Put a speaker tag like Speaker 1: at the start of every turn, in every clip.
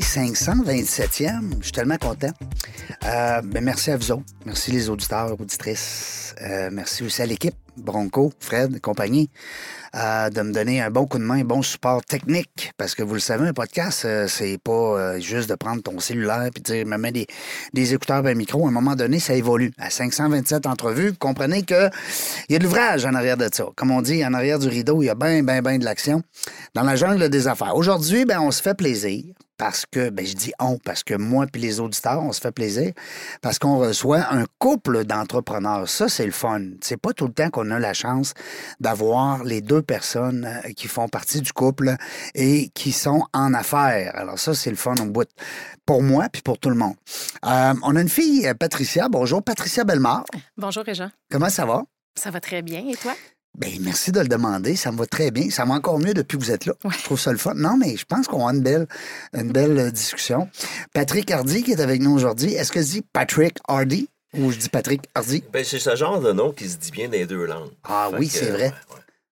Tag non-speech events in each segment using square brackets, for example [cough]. Speaker 1: 527e. Je suis tellement content. Euh, ben merci à vous autres. Merci les auditeurs, auditrices. Euh, merci aussi à l'équipe, Bronco, Fred, et compagnie, euh, de me donner un bon coup de main, un bon support technique. Parce que vous le savez, un podcast, euh, c'est pas euh, juste de prendre ton cellulaire puis dire, me mets des, des écouteurs et un micro. À un moment donné, ça évolue. À 527 entrevues, vous comprenez qu'il y a de l'ouvrage en arrière de ça. Comme on dit, en arrière du rideau, il y a bien, bien, bien de l'action dans la jungle des affaires. Aujourd'hui, ben, on se fait plaisir parce que, ben, je dis on, parce que moi puis les auditeurs, on se fait plaisir, parce qu'on reçoit un couple d'entrepreneurs. Ça, c'est le fun. C'est pas tout le temps qu'on a la chance d'avoir les deux personnes euh, qui font partie du couple et qui sont en affaires. Alors ça, c'est le fun au bout. Pour moi, puis pour tout le monde. Euh, on a une fille, euh, Patricia. Bonjour, Patricia Bellemare.
Speaker 2: Bonjour, Réjean.
Speaker 1: Comment ça va?
Speaker 2: Ça va très bien. Et toi?
Speaker 1: Ben, merci de le demander. Ça me va très bien. Ça va encore mieux depuis que vous êtes là.
Speaker 2: Ouais.
Speaker 1: Je trouve ça le fun. Non, mais je pense qu'on a une belle, une belle euh, discussion. Patrick Hardy qui est avec nous aujourd'hui. Est-ce que je dis Patrick Hardy ou je dis Patrick Hardy?
Speaker 3: Ben, c'est ce genre de nom qui se dit bien dans les deux langues.
Speaker 1: Ah oui,
Speaker 3: que,
Speaker 1: c'est vrai.
Speaker 3: ouais, ouais.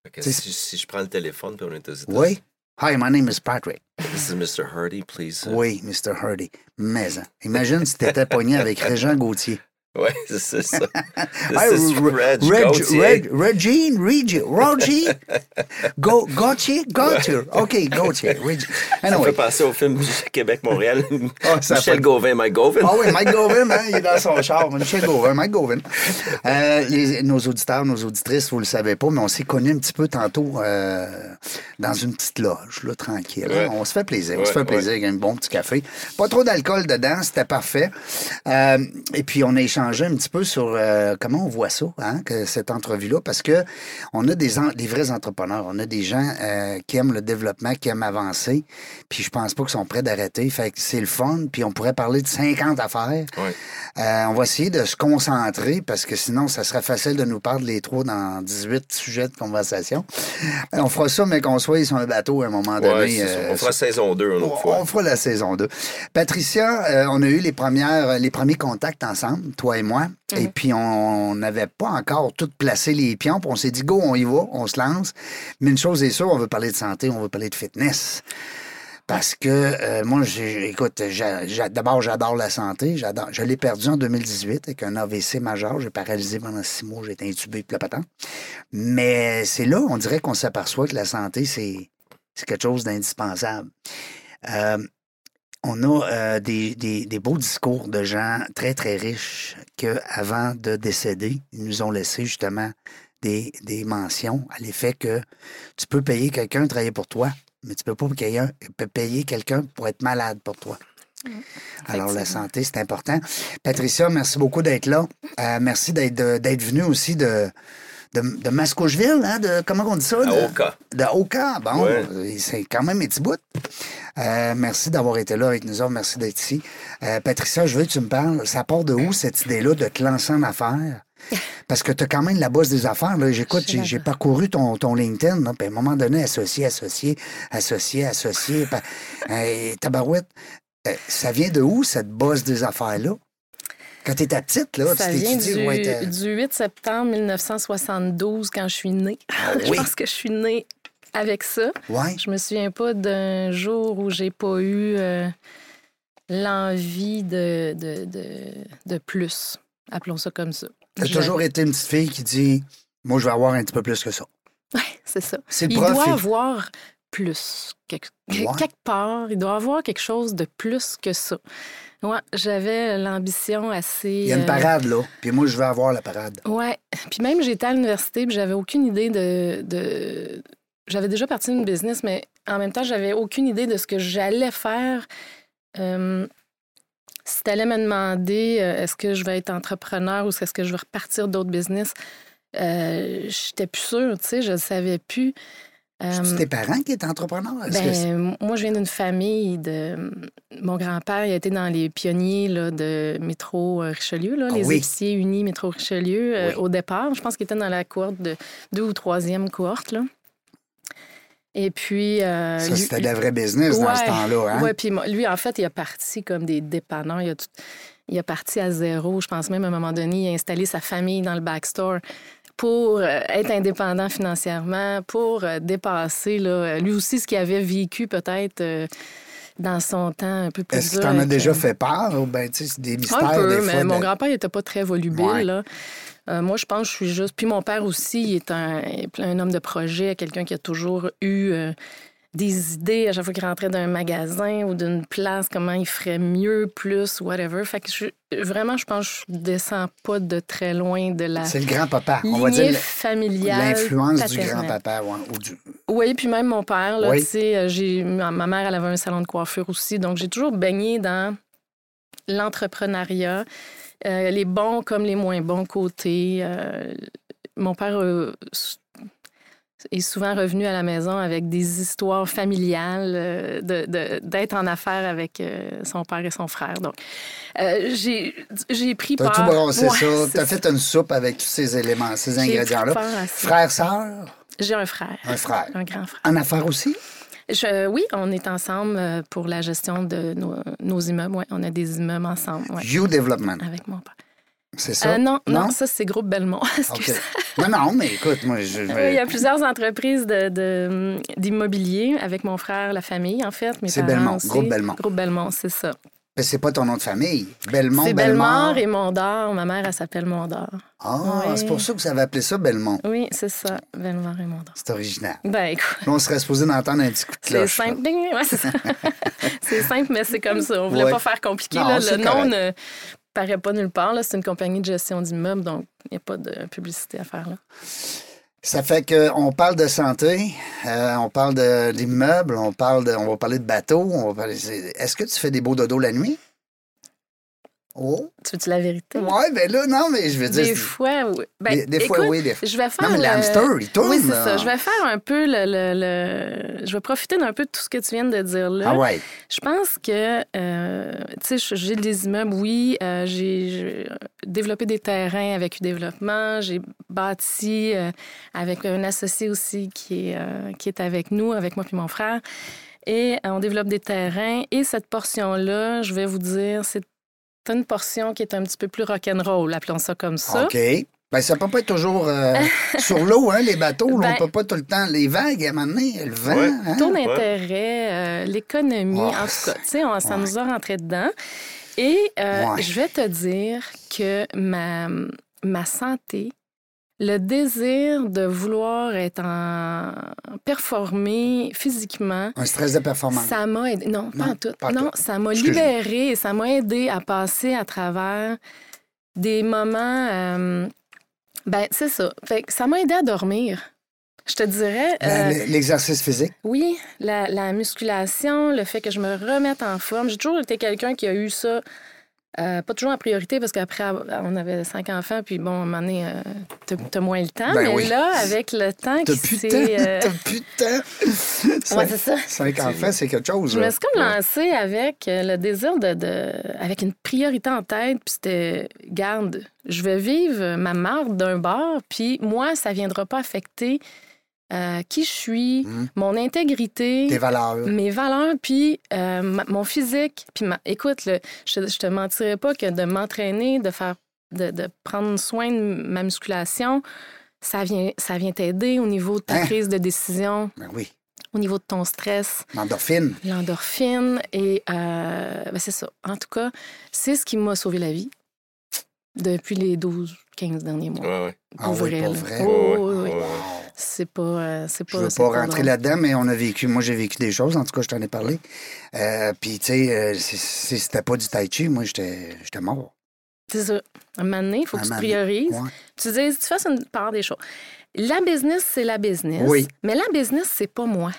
Speaker 3: Fait que
Speaker 1: C'est-
Speaker 3: si, si je prends le téléphone puis on est aux États-Unis.
Speaker 1: Oui. Hi, my name is Patrick.
Speaker 3: This is Mr. Hardy, please. euh.
Speaker 1: Oui, Mr. Hardy. Mais, hein, imagine si t'étais pogné
Speaker 3: [laughs]
Speaker 1: avec Régent Gauthier.
Speaker 3: [laughs] Ouais,
Speaker 1: [laughs]
Speaker 3: c'est ça. This
Speaker 1: Hey,
Speaker 3: is
Speaker 1: Re-
Speaker 3: Reg
Speaker 1: Reg-
Speaker 3: Gauthier.
Speaker 1: Reg- Regine, Regine, Rogie, Go, Gauthier,
Speaker 3: [laughs]
Speaker 1: Gauthier. OK, Gauthier, Regine.
Speaker 3: Ça me
Speaker 1: Anyway.
Speaker 3: fait penser au film [laughs]
Speaker 1: [laughs]
Speaker 3: Québec-Montréal.
Speaker 1: Ah ça fait-
Speaker 3: Michel Gauvin, Mike Gauvin.
Speaker 1: Ah oui, Mike Govin, hein, il est dans son char. Michel Govin, Mike Govin. Euh, les- nos auditeurs, nos auditrices, vous le savez pas, mais on s'est connus un petit peu tantôt euh, dans une petite loge, là, tranquille. hein.
Speaker 3: Ouais.
Speaker 1: On se fait plaisir, on
Speaker 3: Ouais,
Speaker 1: se fait
Speaker 3: ouais.
Speaker 1: plaisir avec un bon petit café. Pas trop d'alcool dedans, c'était parfait. Euh, et puis, on a échangé un petit peu sur euh, comment on voit ça, hein, que cette entrevue-là, parce que on a des, en- des vrais entrepreneurs, on a des gens euh, qui aiment le développement, qui aiment avancer, puis je pense pas qu'ils sont prêts d'arrêter. Fait que c'est le fun, puis on pourrait parler de 50 affaires.
Speaker 3: Ouais.
Speaker 1: Euh, on va essayer de se concentrer parce que sinon, ça serait facile de nous parler les trois dans 18 sujets de conversation. Euh, on fera ça, mais qu'on soit sur un bateau à un moment
Speaker 3: Ouais,
Speaker 1: donné.
Speaker 3: c'est ça.
Speaker 1: euh,
Speaker 3: on fera saison 2 une
Speaker 1: on,
Speaker 3: autre fois.
Speaker 1: on fera la saison 2. Patricia, euh, on a eu les, premières, les premiers contacts ensemble, toi et moi. Et puis, on on n'avait pas encore tout placé les pions. Puis on s'est dit, go, on y va, on se lance. Mais une chose est sûre, on veut parler de santé, on veut parler de fitness. Parce que euh, moi, j'ai- écoute, j'a- j'a- d'abord, j'adore la santé. J'adore. Je l'ai perdu en 2018 avec un AVC majeur. J'ai paralysé pendant six mois. J'ai été intubé, puis la patente. Mais c'est là, on dirait qu'on s'aperçoit que la santé, c'est c'est quelque chose d'indispensable. Euh, on a euh, des, des- des beaux discours de gens très, très riches que, avant de décéder, ils nous ont laissé justement des, des mentions à l'effet que tu peux payer quelqu'un de travailler pour toi, mais tu peux pas payer, un- payer quelqu'un pour être malade pour toi. Alors, la
Speaker 2: effectivement.
Speaker 1: santé, c'est important. Patricia, merci beaucoup d'être là. Euh, merci d'être d'être venue aussi de, de, de Mascoutchville, hein, de, comment on dit ça?
Speaker 3: À
Speaker 1: de-
Speaker 3: Oka.
Speaker 1: de Oka, bon,
Speaker 3: Ouais.
Speaker 1: euh, c'est quand même un petit bout. Euh, merci d'avoir été là avec nous autres, merci d'être ici. Euh, Patricia, je veux que tu me parles, ça part de où cette idée-là de te lancer en
Speaker 2: [laughs]
Speaker 1: affaires? Parce que tu as quand même la bosse des affaires. là. J'écoute,
Speaker 2: Je suis
Speaker 1: j'ai j'ai
Speaker 2: d'accord.
Speaker 1: parcouru ton, ton LinkedIn, là, puis à un moment donné, associé, associé, associé, associé, pa- [laughs] euh, tabarouette. Euh, ça vient de où cette bosse des affaires-là? Quand tu étais petite, là,
Speaker 2: Ça
Speaker 1: tu t'es
Speaker 2: vient
Speaker 1: dit,
Speaker 2: du,
Speaker 1: ouais, t'as-
Speaker 2: du 8 septembre 1972, quand je suis née. [laughs] je
Speaker 1: Ah oui.
Speaker 2: pense que je suis née avec ça.
Speaker 1: ouais,
Speaker 2: Je me souviens pas d'un jour où j'ai pas eu euh, l'envie de, de, de- de plus. Appelons ça comme ça.
Speaker 1: t'as
Speaker 2: Je- [laughs]
Speaker 1: toujours été une petite fille qui dit, moi, je vais avoir un petit peu plus que ça.
Speaker 2: C'est ça.
Speaker 1: C'est le
Speaker 2: Il
Speaker 1: prof.
Speaker 2: doit
Speaker 1: il-
Speaker 2: avoir plus. Quelque,
Speaker 1: Ouais.
Speaker 2: quelque part, il doit avoir quelque chose de plus que ça. Ouais, j'avais l'ambition assez.
Speaker 1: Il y a une
Speaker 2: euh,
Speaker 1: parade, là. Puis moi, je veux avoir la parade.
Speaker 2: Ouais. Puis même, j'étais à l'université, puis j'avais aucune idée de. de- J'avais déjà parti d'une business, mais en même temps, j'avais aucune idée de ce que j'allais faire. Euh, si tu allais me demander euh, est-ce que je vais être entrepreneur ou est-ce que je vais repartir d'autres business, euh, j'étais plus sûre, tu sais, je ne savais plus.
Speaker 1: C'est
Speaker 2: Euh,
Speaker 1: tes parents qui étaient entrepreneurs? Est-ce que c'est-
Speaker 2: Ben, moi, je viens d'une famille de. Mon grand-père, il a été dans les pionniers là, de Métro euh, Richelieu, là,
Speaker 1: Ah
Speaker 2: les
Speaker 1: oui.
Speaker 2: épiciers unis Métro Richelieu euh,
Speaker 1: Oui.
Speaker 2: au départ. Je pense qu'il était dans la cohorte de deux ou troisième cohorte. Là. Et puis. euh,
Speaker 1: ça,
Speaker 2: lui-
Speaker 1: c'était de la vraie business dans ce
Speaker 2: Ouais,
Speaker 1: temps-là. Hein?
Speaker 2: Ouais, puis moi- lui, en fait, il a parti comme des dépanneurs. Il a, tout- il a parti à zéro. Je pense même à un moment donné, il a installé sa famille dans le backstore pour euh, être indépendant financièrement, pour euh, dépasser là, euh, lui aussi ce qu'il avait vécu peut-être euh, dans son temps un peu plus
Speaker 1: Est-ce que
Speaker 2: dur
Speaker 1: t'en as
Speaker 2: avec,
Speaker 1: déjà
Speaker 2: euh,
Speaker 1: fait part? Ben, tu sais, c'est des mystères.
Speaker 2: un peu,
Speaker 1: des
Speaker 2: mais
Speaker 1: fois,
Speaker 2: mon
Speaker 1: de-
Speaker 2: grand-père, il n'était pas très volubile.
Speaker 1: Ouais.
Speaker 2: Là. Euh, moi, je pense que je suis juste. Puis mon père aussi, il est un, un homme de projet, quelqu'un qui a toujours eu euh, des idées à chaque fois qu'il rentrait d'un magasin ou d'une place, comment il ferait mieux, plus, whatever. Fait que je- vraiment, je pense que je descends pas de très loin de la.
Speaker 1: C'est le grand-papa. On va
Speaker 2: lignée
Speaker 1: dire
Speaker 2: familiale
Speaker 1: l'influence du
Speaker 2: paternelle.
Speaker 1: grand-papa. ouais, ou du-
Speaker 2: Oui, puis même mon père, là,
Speaker 1: Oui.
Speaker 2: tu sais, euh, j'ai- ma ma mère, elle avait un salon de coiffure aussi, donc j'ai toujours baigné dans l'entrepreneuriat, euh, les bons comme les moins bons côtés. Euh, mon père euh, s- est souvent revenu à la maison avec des histoires familiales, euh, de- de- d'être en affaires avec euh, son père et son frère. Donc, euh, j'ai j'ai pris
Speaker 1: T'as
Speaker 2: part...
Speaker 1: tout brossé
Speaker 2: Ouais,
Speaker 1: ça.
Speaker 2: c'est
Speaker 1: T'as fait une soupe avec tous ces éléments, ces
Speaker 2: J'ai pris
Speaker 1: ingrédients-là.
Speaker 2: part à ça.
Speaker 1: Frère, sœur,
Speaker 2: J'ai un frère,
Speaker 1: un frère.
Speaker 2: un grand frère.
Speaker 1: En affaires aussi?
Speaker 2: Je- oui, on est ensemble euh, pour la gestion de nos, nos immeubles. Ouais, on a des immeubles ensemble ouais,
Speaker 1: You Development.
Speaker 2: avec mon père.
Speaker 1: C'est ça?
Speaker 2: Euh, non, non,
Speaker 1: Non?
Speaker 2: ça, c'est Groupe Belmont. [laughs]
Speaker 1: OK.
Speaker 2: Excusez.
Speaker 1: non, non, mais écoute, moi, je.
Speaker 2: [laughs] Oui, Il y a plusieurs entreprises de- de- d'immobilier avec mon frère, la famille, en fait. mes
Speaker 1: C'est
Speaker 2: parents
Speaker 1: Belmont,
Speaker 2: aussi.
Speaker 1: Groupe Belmont.
Speaker 2: Groupe Belmont, c'est ça.
Speaker 1: Mais c'est pas ton nom de famille. Belmont,
Speaker 2: c'est
Speaker 1: Belmont.
Speaker 2: Belmont et Mondor. Ma mère, elle s'appelle Mondor.
Speaker 1: Ah,
Speaker 2: Ouais.
Speaker 1: c'est pour ça que vous avez appelé ça Belmont.
Speaker 2: Oui, c'est ça, Belmont et Mondor.
Speaker 1: C'est original.
Speaker 2: Ben, écoute,
Speaker 1: Là, on serait supposé d'entendre un petit coup de
Speaker 2: c'est
Speaker 1: cloche.
Speaker 2: simple. Ding, ding. Ouais,
Speaker 1: [laughs]
Speaker 2: c'est ça. c'est simple, mais c'est comme ça. On voulait
Speaker 1: Ouais.
Speaker 2: pas faire compliqué.
Speaker 1: Non,
Speaker 2: là.
Speaker 1: c'est
Speaker 2: Le nom
Speaker 1: correct.
Speaker 2: ne paraît pas nulle part. là. C'est une compagnie de gestion d'immeubles, donc il n'y a pas de publicité à faire. Là.
Speaker 1: Ça fait qu'on parle de santé, euh, on parle de l'immeuble, on parle de, on va parler de bateau. On va parler, c'est- est-ce que tu fais des beaux dodos la nuit? Oh,
Speaker 2: Tu veux-tu la vérité?
Speaker 1: ouais, ben là, non, mais je veux dire.
Speaker 2: des
Speaker 1: c'est-
Speaker 2: fois, oui. Ben,
Speaker 1: des, des fois,
Speaker 2: écoute,
Speaker 1: oui, des fois.
Speaker 2: Je vais faire
Speaker 1: Non, mais
Speaker 2: le-
Speaker 1: l'hamster, il tourne.
Speaker 2: Oui, c'est
Speaker 1: là.
Speaker 2: ça. Je vais faire un peu le, le- le- Je vais profiter d'un peu de tout ce que tu viens de dire là.
Speaker 1: Ah ouais.
Speaker 2: Je pense que, euh, tu sais, je- j'ai des immeubles, oui. euh, j'ai j'ai, euh, développé des terrains avec U-Développement. J'ai bâti euh, avec un associé aussi qui est, euh, qui est avec nous, avec moi puis mon frère. Et euh, on développe des terrains. Et cette portion-là, je vais vous dire, c'est une portion qui est un petit peu plus rock'n'roll, appelons ça comme ça.
Speaker 1: OK. Ben, ça peut pas être toujours
Speaker 2: [laughs]
Speaker 1: euh, sur l'eau, hein, les bateaux. là,
Speaker 2: Ben-
Speaker 1: on peut pas tout le temps. Les vagues, à un moment donné, le vent.
Speaker 3: Ouais.
Speaker 1: hein.
Speaker 2: ton
Speaker 3: Ouais.
Speaker 2: intérêt, euh, l'économie,
Speaker 1: Ouais.
Speaker 2: en tout cas, tu sais, on- ça
Speaker 1: Ouais.
Speaker 2: nous a rentré dedans. Et euh,
Speaker 1: Ouais.
Speaker 2: je vais te dire que ma, ma santé, le désir de vouloir être en performer physiquement,
Speaker 1: Un stress de performance.
Speaker 2: ça m'a aidé. Non, pas
Speaker 1: Non,
Speaker 2: en tout.
Speaker 1: pas en
Speaker 2: non, ça m'a
Speaker 1: Excuse-moi.
Speaker 2: libéré et ça m'a aidé à passer à travers des moments. euh, ben, c'est ça. Fait que ça m'a aidé à dormir. Je te dirais. euh,
Speaker 1: Ben, l- L'exercice physique.
Speaker 2: oui, la, la musculation, le fait que je me remette en forme. J'ai toujours été quelqu'un qui a eu ça, euh, pas toujours en priorité, parce qu'après, à- on avait cinq enfants, puis bon, à un moment donné, euh, t'as- t'as moins le temps.
Speaker 1: Ben
Speaker 2: mais
Speaker 1: oui.
Speaker 2: là, avec le temps
Speaker 1: T'as
Speaker 2: qui
Speaker 1: plus de
Speaker 2: s'est,
Speaker 1: [laughs]
Speaker 2: euh,
Speaker 1: temps. T'as plus de temps.
Speaker 2: ouais, c'est ça.
Speaker 1: Cinq enfants, c'est quelque chose.
Speaker 2: Je
Speaker 1: là.
Speaker 2: me suis comme lancée avec euh, le désir de, de- avec une priorité en tête, puis c'était, garde, je vais vivre ma marde d'un bord, puis moi, ça viendra pas affecter euh, qui je suis,
Speaker 1: Mhm.
Speaker 2: mon intégrité.
Speaker 1: Tes valeurs.
Speaker 2: mes valeurs, puis euh, ma- mon physique. Puis ma- écoute, le- je, je te mentirais pas que de m'entraîner, de faire, de, de prendre soin de ma musculation, ça vient, ça vient t'aider au niveau de ta
Speaker 1: Hein?
Speaker 2: prise de décision,
Speaker 1: Ben oui.
Speaker 2: au niveau de ton stress,
Speaker 1: L'endorphine.
Speaker 2: l'endorphine. Et euh, ben c'est ça. En tout cas, c'est ce qui m'a sauvé la vie depuis les 12, 15 derniers mois.
Speaker 3: Ouais, ouais.
Speaker 1: Ah oui, pour
Speaker 2: là.
Speaker 1: vrai?
Speaker 3: Ouais,
Speaker 2: Oh,
Speaker 3: ouais,
Speaker 2: oui, oui.
Speaker 3: ouais, ouais.
Speaker 2: C'est pas. euh, c'est
Speaker 1: Je
Speaker 2: pas
Speaker 1: ne veux
Speaker 2: c'est
Speaker 1: pas rentrer
Speaker 2: drôle.
Speaker 1: là-dedans, mais on a vécu, moi j'ai vécu des choses, en tout cas je t'en ai parlé. Euh, Puis tu sais, euh, si si c'était pas du tai chi, moi j'étais j'étais mort.
Speaker 2: C'est ça. À un moment donné, il faut
Speaker 1: À
Speaker 2: que
Speaker 1: un
Speaker 2: tu
Speaker 1: moment donné,
Speaker 2: priorises.
Speaker 1: ouais.
Speaker 2: Tu dis, tu fasses une part des choses. La business, c'est la business.
Speaker 1: Oui.
Speaker 2: Mais la business, c'est pas moi.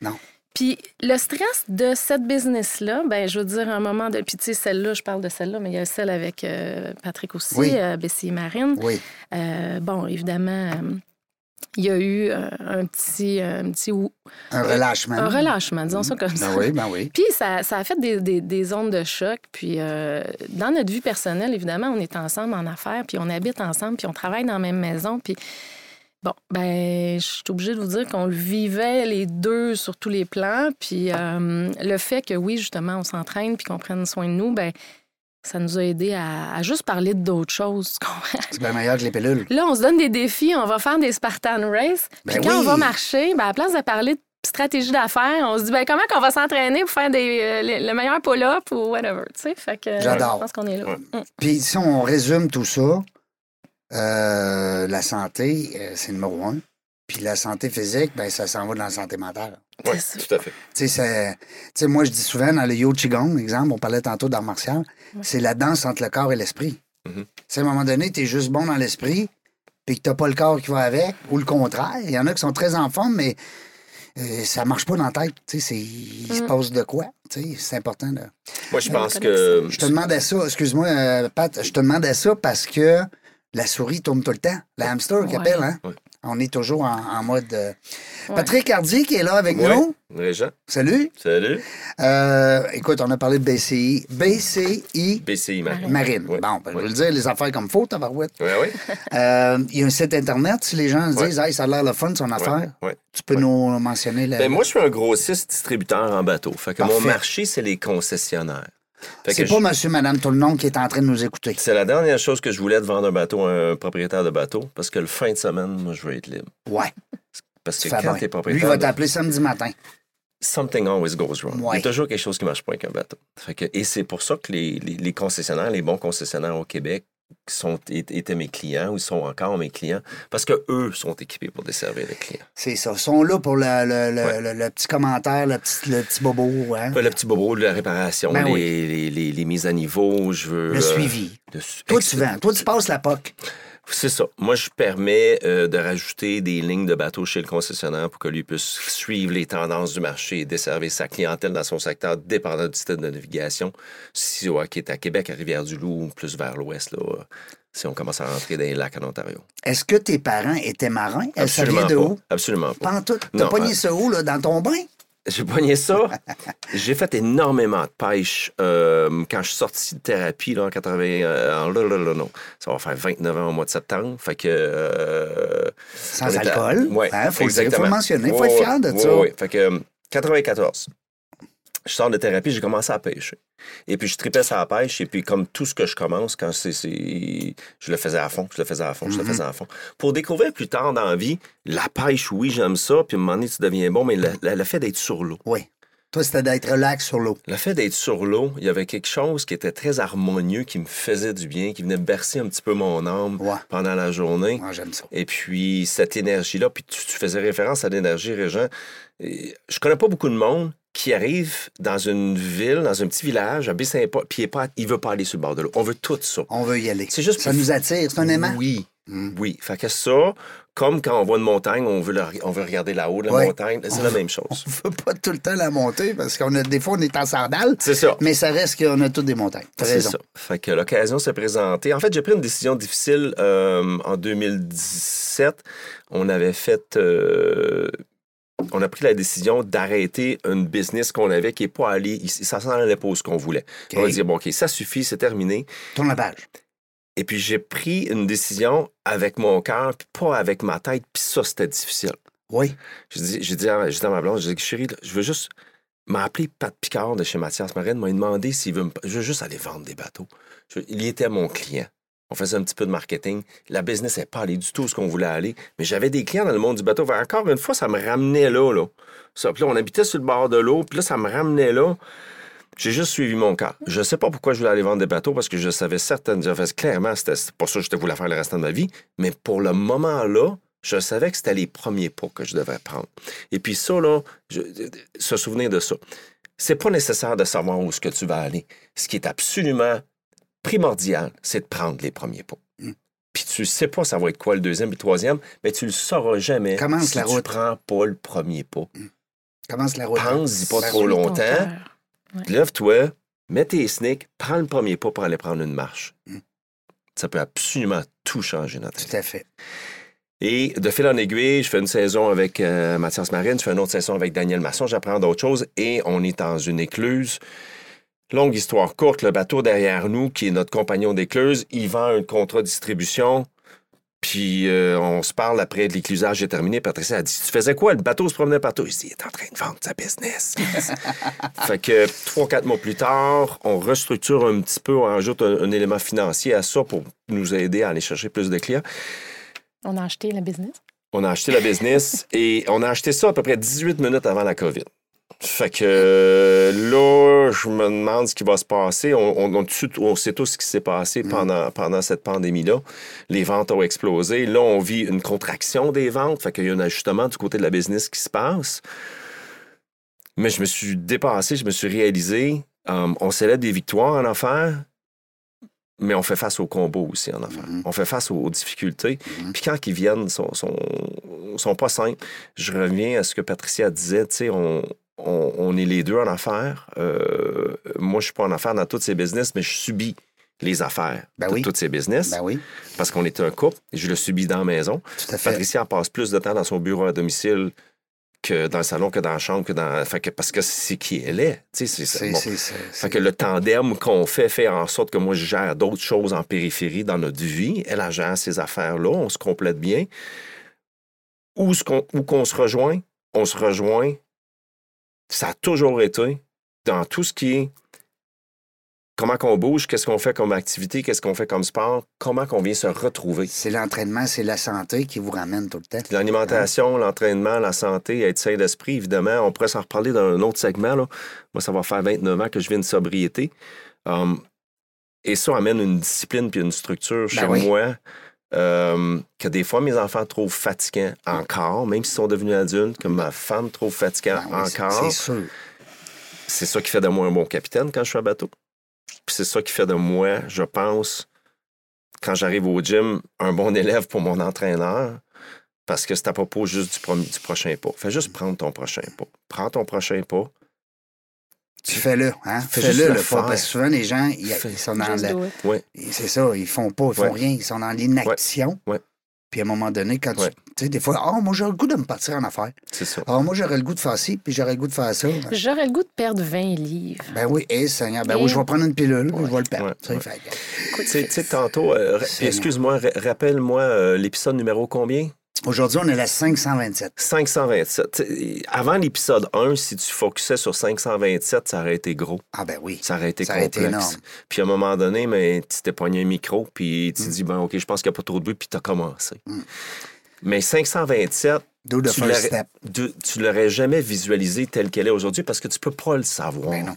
Speaker 1: Non.
Speaker 2: Puis le stress de cette business-là, ben je veux dire, à un moment de. Puis tu sais, celle-là, je parle de celle-là, mais il y a celle avec euh, Patrick aussi,
Speaker 1: Oui.
Speaker 2: euh, Bessie et Marine.
Speaker 1: Oui,
Speaker 2: Euh, bon, évidemment, euh, il y a eu euh, un petit, euh, un petit ou-
Speaker 1: Un relâchement.
Speaker 2: Euh, un relâchement, disons ça comme ça.
Speaker 1: Ah. Ben oui, ben oui.
Speaker 2: Puis ça, ça a fait des, des, des ondes de choc. Puis euh, dans notre vie personnelle, évidemment, on est ensemble en affaires, puis on habite ensemble, puis on travaille dans la même maison. Puis bon, ben, je suis obligée de vous dire qu'on le vivait les deux sur tous les plans. Puis euh, le fait que oui, justement, on s'entraîne, puis qu'on prenne soin de nous, ben, ça nous a aidé à, à juste parler d'autres choses. [laughs] tu comprends?
Speaker 1: C'est bien meilleur que les pilules.
Speaker 2: Là, on se donne des défis, on va faire des Spartan Race. Puis
Speaker 1: Ben
Speaker 2: quand
Speaker 1: oui.
Speaker 2: on va marcher, ben, à la place de parler de stratégie d'affaires, on se dit ben, comment qu'on va s'entraîner pour faire des, euh, le, le meilleur pull-up ou whatever. Tu sais, fait que, euh,
Speaker 1: J'adore.
Speaker 2: Je pense qu'on est là.
Speaker 3: Ouais.
Speaker 2: Mm.
Speaker 1: Puis si on résume tout ça, euh, la santé, euh, c'est numéro un. Puis la santé physique, ben ça s'en va dans la santé mentale.
Speaker 3: Oui,
Speaker 2: C'est ça.
Speaker 3: tout à fait.
Speaker 1: Tu sais, c'est- tu sais, moi, je dis souvent dans le Yo Qigong, exemple, on parlait tantôt d'art martial, c'est la danse entre le corps et l'esprit.
Speaker 3: Mhm.
Speaker 1: Tu sais, à un moment donné, tu es juste bon dans l'esprit, puis que tu pas le corps qui va avec, ou le contraire. Il y en a qui sont très en forme, mais euh, ça marche pas dans la tête. Tu sais, c'est- il se
Speaker 2: Mm.
Speaker 1: passe de quoi. Tu sais, c'est important. de-
Speaker 3: Moi, je
Speaker 2: Ouais,
Speaker 3: pense
Speaker 2: la
Speaker 3: que.
Speaker 1: Je te demandais ça, excuse-moi, euh, Pat, je te demandais ça parce que la souris tourne tout le temps. La hamster qui
Speaker 2: Ouais.
Speaker 1: appelle, hein?
Speaker 3: Ouais.
Speaker 1: On est toujours en, en mode. euh,
Speaker 2: Ouais.
Speaker 1: Patrick Hardy qui est là avec
Speaker 3: Ouais.
Speaker 1: nous.
Speaker 3: Les gens,
Speaker 1: Salut.
Speaker 3: salut.
Speaker 1: Euh, écoute, on a parlé de BCI. BCI
Speaker 3: BCI, Marie.
Speaker 1: Marine.
Speaker 3: Ouais.
Speaker 1: Bon, ben, je
Speaker 3: Ouais.
Speaker 1: vais le dire, les affaires comme faut, tabarouette.
Speaker 3: Oui, oui.
Speaker 1: Euh, Il y a un site Internet, si les gens se
Speaker 3: Ouais.
Speaker 1: disent, hey, ça a l'air le fun, son affaire,
Speaker 3: Ouais.
Speaker 1: tu peux nous mentionner la.
Speaker 3: Ben, moi, je suis un grossiste distributeur en bateau. Fait que mon
Speaker 1: Parfait.
Speaker 3: marché, c'est les concessionnaires. Fait
Speaker 1: C'est
Speaker 3: que
Speaker 1: pas
Speaker 3: je-
Speaker 1: monsieur, madame, tout le monde qui est en train de nous écouter.
Speaker 3: C'est la dernière chose que je voulais de vendre un bateau à un propriétaire de bateau parce que le fin de semaine, moi, je veux être libre.
Speaker 1: Ouais,
Speaker 3: Parce
Speaker 1: tu
Speaker 3: que
Speaker 1: fais bien.
Speaker 3: quand
Speaker 1: Lui,
Speaker 3: t'es
Speaker 1: il va
Speaker 3: propriétaire, de-
Speaker 1: t'appeler samedi matin.
Speaker 3: something always goes wrong. Il
Speaker 1: Ouais.
Speaker 3: y a toujours quelque chose qui marche pas avec un bateau. Fait que, et c'est pour ça que les, les- les concessionnaires, les bons concessionnaires au Québec sont, é- étaient mes clients ou sont encore mes clients parce que eux sont équipés pour desservir les clients.
Speaker 1: C'est ça. Ils sont là pour le, le- le-
Speaker 3: Ouais.
Speaker 1: le- le petit commentaire, le petit, le petit bobo, hein?
Speaker 3: Le petit bobo, la réparation,
Speaker 1: Ben
Speaker 3: les,
Speaker 1: oui.
Speaker 3: les- les- les mises à niveau, je veux...
Speaker 1: le
Speaker 3: euh,
Speaker 1: suivi.
Speaker 3: le su-
Speaker 1: Toi, tu vends. Toi, tu passes la POC.
Speaker 3: C'est ça. Moi, je permets euh, de rajouter des lignes de bateau chez le concessionnaire pour que lui puisse suivre les tendances du marché et desservir sa clientèle dans son secteur, dépendant du style de navigation. Si ouais, qui est à Québec, à Rivière-du-Loup, plus vers l'ouest, là, euh, si on commence à rentrer dans les lacs en Ontario.
Speaker 1: Est-ce que tes parents étaient marins? Est-ce que Ça
Speaker 3: Absolument
Speaker 1: vient de
Speaker 3: pas.
Speaker 1: où?
Speaker 3: Absolument pas.
Speaker 1: Pas en tout. T'as
Speaker 3: Non,
Speaker 1: pogné
Speaker 3: euh,
Speaker 1: ça où, là, dans ton bain?
Speaker 3: J'ai pogné ça. J'ai fait énormément de pêche euh, quand je suis sorti de thérapie là, en 80. euh, en- là, là, là, non. Ça va faire 29 ans au mois de septembre. Fait que. euh,
Speaker 1: Sans
Speaker 3: on était-
Speaker 1: alcool.
Speaker 3: Ouais,
Speaker 1: Hein, faut le dire, faut
Speaker 3: exactement.
Speaker 1: le mentionner. Faut être
Speaker 3: Ouais,
Speaker 1: fier de
Speaker 3: ouais,
Speaker 1: ça.
Speaker 3: ouais. Fait que euh, 94. Je sors de thérapie, j'ai commencé à pêcher. Et puis je tripais sur la pêche, et puis comme tout ce que je commence, quand c'est. c'est- Je le faisais à fond, je le faisais à fond, je le
Speaker 1: Mhm.
Speaker 3: faisais à fond. Pour découvrir plus tard dans la vie, la pêche, oui, j'aime ça, puis à un moment donné, tu deviens bon, mais le, le- le fait d'être sur l'eau.
Speaker 1: Oui. Toi, c'était d'être relax sur l'eau.
Speaker 3: Le fait d'être sur l'eau, il y avait quelque chose qui était très harmonieux, qui me faisait du bien, qui venait bercer un petit peu mon âme
Speaker 1: Ouais.
Speaker 3: pendant la journée.
Speaker 1: Moi, j'aime ça.
Speaker 3: Et puis, cette énergie-là, puis tu, tu faisais référence à l'énergie, Régent. Et Je connais pas beaucoup de monde qui arrive dans une ville, dans un petit village, à Baie-Saint-Paul, puis il, est pas- il veut pas aller sur le bord de l'eau. On veut tout ça.
Speaker 1: On veut y aller.
Speaker 3: C'est juste
Speaker 1: Ça
Speaker 3: plus-
Speaker 1: nous attire. C'est un aimant.
Speaker 3: Oui.
Speaker 1: Mm.
Speaker 3: Oui. Fait que ça, comme quand on voit une montagne, on veut, la- on veut regarder là-haut de la
Speaker 1: Ouais.
Speaker 3: montagne, c'est la même chose.
Speaker 1: [laughs] On veut pas tout le temps la monter parce qu'on a des fois, on est en sandales,
Speaker 3: C'est ça.
Speaker 1: mais ça reste qu'on a toutes des montagnes. T'as
Speaker 3: C'est
Speaker 1: raison.
Speaker 3: ça. Fait que l'occasion s'est présentée. En fait, j'ai pris une décision difficile euh, en 2017. On avait fait. euh, on a pris la décision d'arrêter une business qu'on avait qui n'est pas allée. il- Ça s'en allait pas où ce qu'on voulait.
Speaker 1: OK.
Speaker 3: On va dire, bon, OK, ça suffit, c'est terminé.
Speaker 1: Tourne la page.
Speaker 3: Et puis, j'ai pris une décision avec mon cœur, puis pas avec ma tête. Puis ça, c'était difficile.
Speaker 1: Oui.
Speaker 3: J'ai dit, j'ai dit, à- j'ai dit à ma blonde, j'ai dit, chérie, là, je veux juste m'a appelé Pat Picard de chez Mathias Marine, m'a demandé s'il veut me... Je veux juste aller vendre des bateaux. Je- il était mon client. On faisait un petit peu de marketing. La business n'est pas allée du tout où ce qu'on voulait aller. Mais j'avais des clients dans le monde du bateau. Fait Encore une fois, ça me ramenait là, là. Ça, puis là, on habitait sur le bord de l'eau, puis là, ça me ramenait là. J'ai juste suivi mon cœur. Je sais pas pourquoi je voulais aller vendre des bateaux parce que je savais certaines je savais clairement, c'était c'est pour ça que je voulais faire le restant de ma vie. Mais pour le moment là, je savais que c'était les premiers pas que je devais prendre. Et puis ça là, je- se souvenir de ça. C'est pas nécessaire de savoir où ce que tu vas aller. Ce qui est absolument primordial, c'est de prendre les premiers pas.
Speaker 1: Hmm.
Speaker 3: Puis tu sais pas ça va être quoi le deuxième et le troisième, mais tu le sauras jamais
Speaker 1: Commence
Speaker 3: si
Speaker 1: la
Speaker 3: tu
Speaker 1: route.
Speaker 3: prends pas le premier pas.
Speaker 1: Commence la route.
Speaker 3: Pense-y pas
Speaker 1: Ben
Speaker 3: trop
Speaker 2: Suis ton
Speaker 3: longtemps.
Speaker 2: cœur.
Speaker 3: Lève-toi, mets tes sneaks, prends le premier pas pour aller prendre une marche. Ça peut absolument tout changer dans ta vie.
Speaker 1: Tout à fait.
Speaker 3: Et de fil en aiguille, je fais une saison avec euh, Mathias Marine, je fais une autre saison avec Daniel Masson, j'apprends d'autres choses et on est dans une écluse. Longue histoire courte, le bateau derrière nous, qui est notre compagnon d'écluse, il vend un contrat de distribution. Puis euh, on se parle après, l'éclusage est terminé. Patricia a dit Tu faisais quoi Le bateau se promenait partout. Je dis Il est en train de vendre sa business. [laughs] fait que trois, quatre mois plus tard, on restructure un petit peu, on ajoute un, un élément financier à ça pour nous aider à aller chercher plus de clients.
Speaker 2: On a acheté la business.
Speaker 3: On a acheté la business et on a acheté ça à peu près 18 minutes avant la COVID. Fait que euh, là, je me demande ce qui va se passer. On, on, on, on sait tous ce qui s'est passé pendant, pendant cette pandémie-là. Les ventes ont explosé. Là, on vit une contraction des ventes. Fait qu'il y a un ajustement du côté de la business qui se passe. Mais je me suis dépassé, je me suis réalisé. euh, on célèbre des victoires en affaires, mais on fait face aux combos aussi en affaires.
Speaker 1: Mm-hmm.
Speaker 3: On fait face aux, aux difficultés. Puis quand ils viennent, sont, sont, sont pas simples. Je reviens à ce que Patricia disait, tu sais, on, on, on est les deux en affaires. Euh, moi, je suis pas en affaires dans toutes ces business, mais je subis les affaires
Speaker 1: Ben
Speaker 3: de
Speaker 1: oui.
Speaker 3: toutes ces business
Speaker 1: Ben oui,
Speaker 3: parce qu'on est un couple et je le subis dans la maison.
Speaker 1: tout à fait.
Speaker 3: Patricia en passe plus de temps dans son bureau à domicile que dans le salon, que dans la chambre, que dans... Fait que parce que c'est qui elle est. Tu sais, c'est-
Speaker 1: C'est-
Speaker 3: bon.
Speaker 1: c'est- c'est-
Speaker 3: Fait que le tandem qu'on fait fait en sorte que moi, je gère d'autres choses en périphérie dans notre vie. Elle elle gère ces affaires-là, on se complète bien. Où, ce qu'on, où qu'on se rejoint, on se rejoint. Ça a toujours été dans tout ce qui est comment qu'on bouge, qu'est-ce qu'on fait comme activité, qu'est-ce qu'on fait comme sport, comment qu'on vient se retrouver.
Speaker 1: C'est l'entraînement, c'est la santé qui vous ramène tout le temps.
Speaker 3: L'alimentation, l'entraînement, la santé, être sain d'esprit, évidemment. On pourrait s'en reparler dans un autre segment. Là. Moi, ça va faire 29 ans que je vis une sobriété. Um, et ça amène une discipline puis une structure chez
Speaker 1: Ben oui.
Speaker 3: moi um, que des fois, mes enfants trouvent fatigants encore, même s'ils sont devenus adultes, que ma femme trouve fatigant
Speaker 1: Ben oui, c'est-
Speaker 3: encore.
Speaker 1: C'est sûr.
Speaker 3: C'est ça qui fait de moi un bon capitaine quand je suis à bateau. Puis c'est ça qui fait de moi, je pense, quand j'arrive au gym, un bon [laughs] élève pour mon entraîneur. Parce que c'est à propos juste du, prom- du prochain pas. Fais juste prendre ton prochain pas. Prends ton prochain pas.
Speaker 1: Tu fais-le, hein?
Speaker 3: Fais
Speaker 1: Fais-le,
Speaker 3: juste
Speaker 1: le,
Speaker 3: le
Speaker 1: pas.
Speaker 3: faire.
Speaker 1: Parce que souvent, les gens, ils,
Speaker 3: Fais-
Speaker 1: ils sont dans
Speaker 2: Just
Speaker 1: la-
Speaker 2: do it.
Speaker 1: C'est ça, ils font pas, ils font
Speaker 3: Ouais.
Speaker 1: rien, ils sont dans l'inaction.
Speaker 3: Ouais. Ouais.
Speaker 1: Puis à un moment donné, quand
Speaker 3: Ouais.
Speaker 1: tu. Tu sais, des fois, oh, moi, j'aurais le goût de me partir en affaires.
Speaker 3: C'est ça.
Speaker 1: Ah, moi, j'aurais le goût de faire ci, puis j'aurais le goût de faire ça.
Speaker 2: J'aurais le goût de perdre 20 livres.
Speaker 1: Ben oui, eh, Seigneur, ben
Speaker 2: Et-
Speaker 1: oui, je vais prendre une pilule, je vais le perdre.
Speaker 3: Ouais,
Speaker 1: Tu sais,
Speaker 3: ouais.
Speaker 1: fait que-
Speaker 3: Tu sais, tu sais, tantôt, euh, ra-
Speaker 1: Seigneur.
Speaker 3: excuse-moi, ra- rappelle-moi euh, l'épisode numéro combien?
Speaker 1: Aujourd'hui, on est la 527.
Speaker 3: 527. Tu sais, Avant l'épisode 1, si tu focusais sur 527, ça aurait été gros.
Speaker 1: Ah, ben oui.
Speaker 3: Ça aurait été
Speaker 1: Ça aurait
Speaker 3: complexe.
Speaker 1: été énorme.
Speaker 3: Puis à un moment donné, mais tu t'es pogné un micro, puis
Speaker 1: Mm.
Speaker 3: tu dis, ben OK, je pense qu'il n'y a pas trop de bruit, puis tu as commencé. Mais 527,
Speaker 1: Do the
Speaker 3: tu
Speaker 1: Mm. first
Speaker 3: l'aurais-
Speaker 1: step.
Speaker 3: de- tu l'aurais jamais visualisé tel qu'elle est aujourd'hui parce que tu peux pas le savoir.
Speaker 1: Ben non.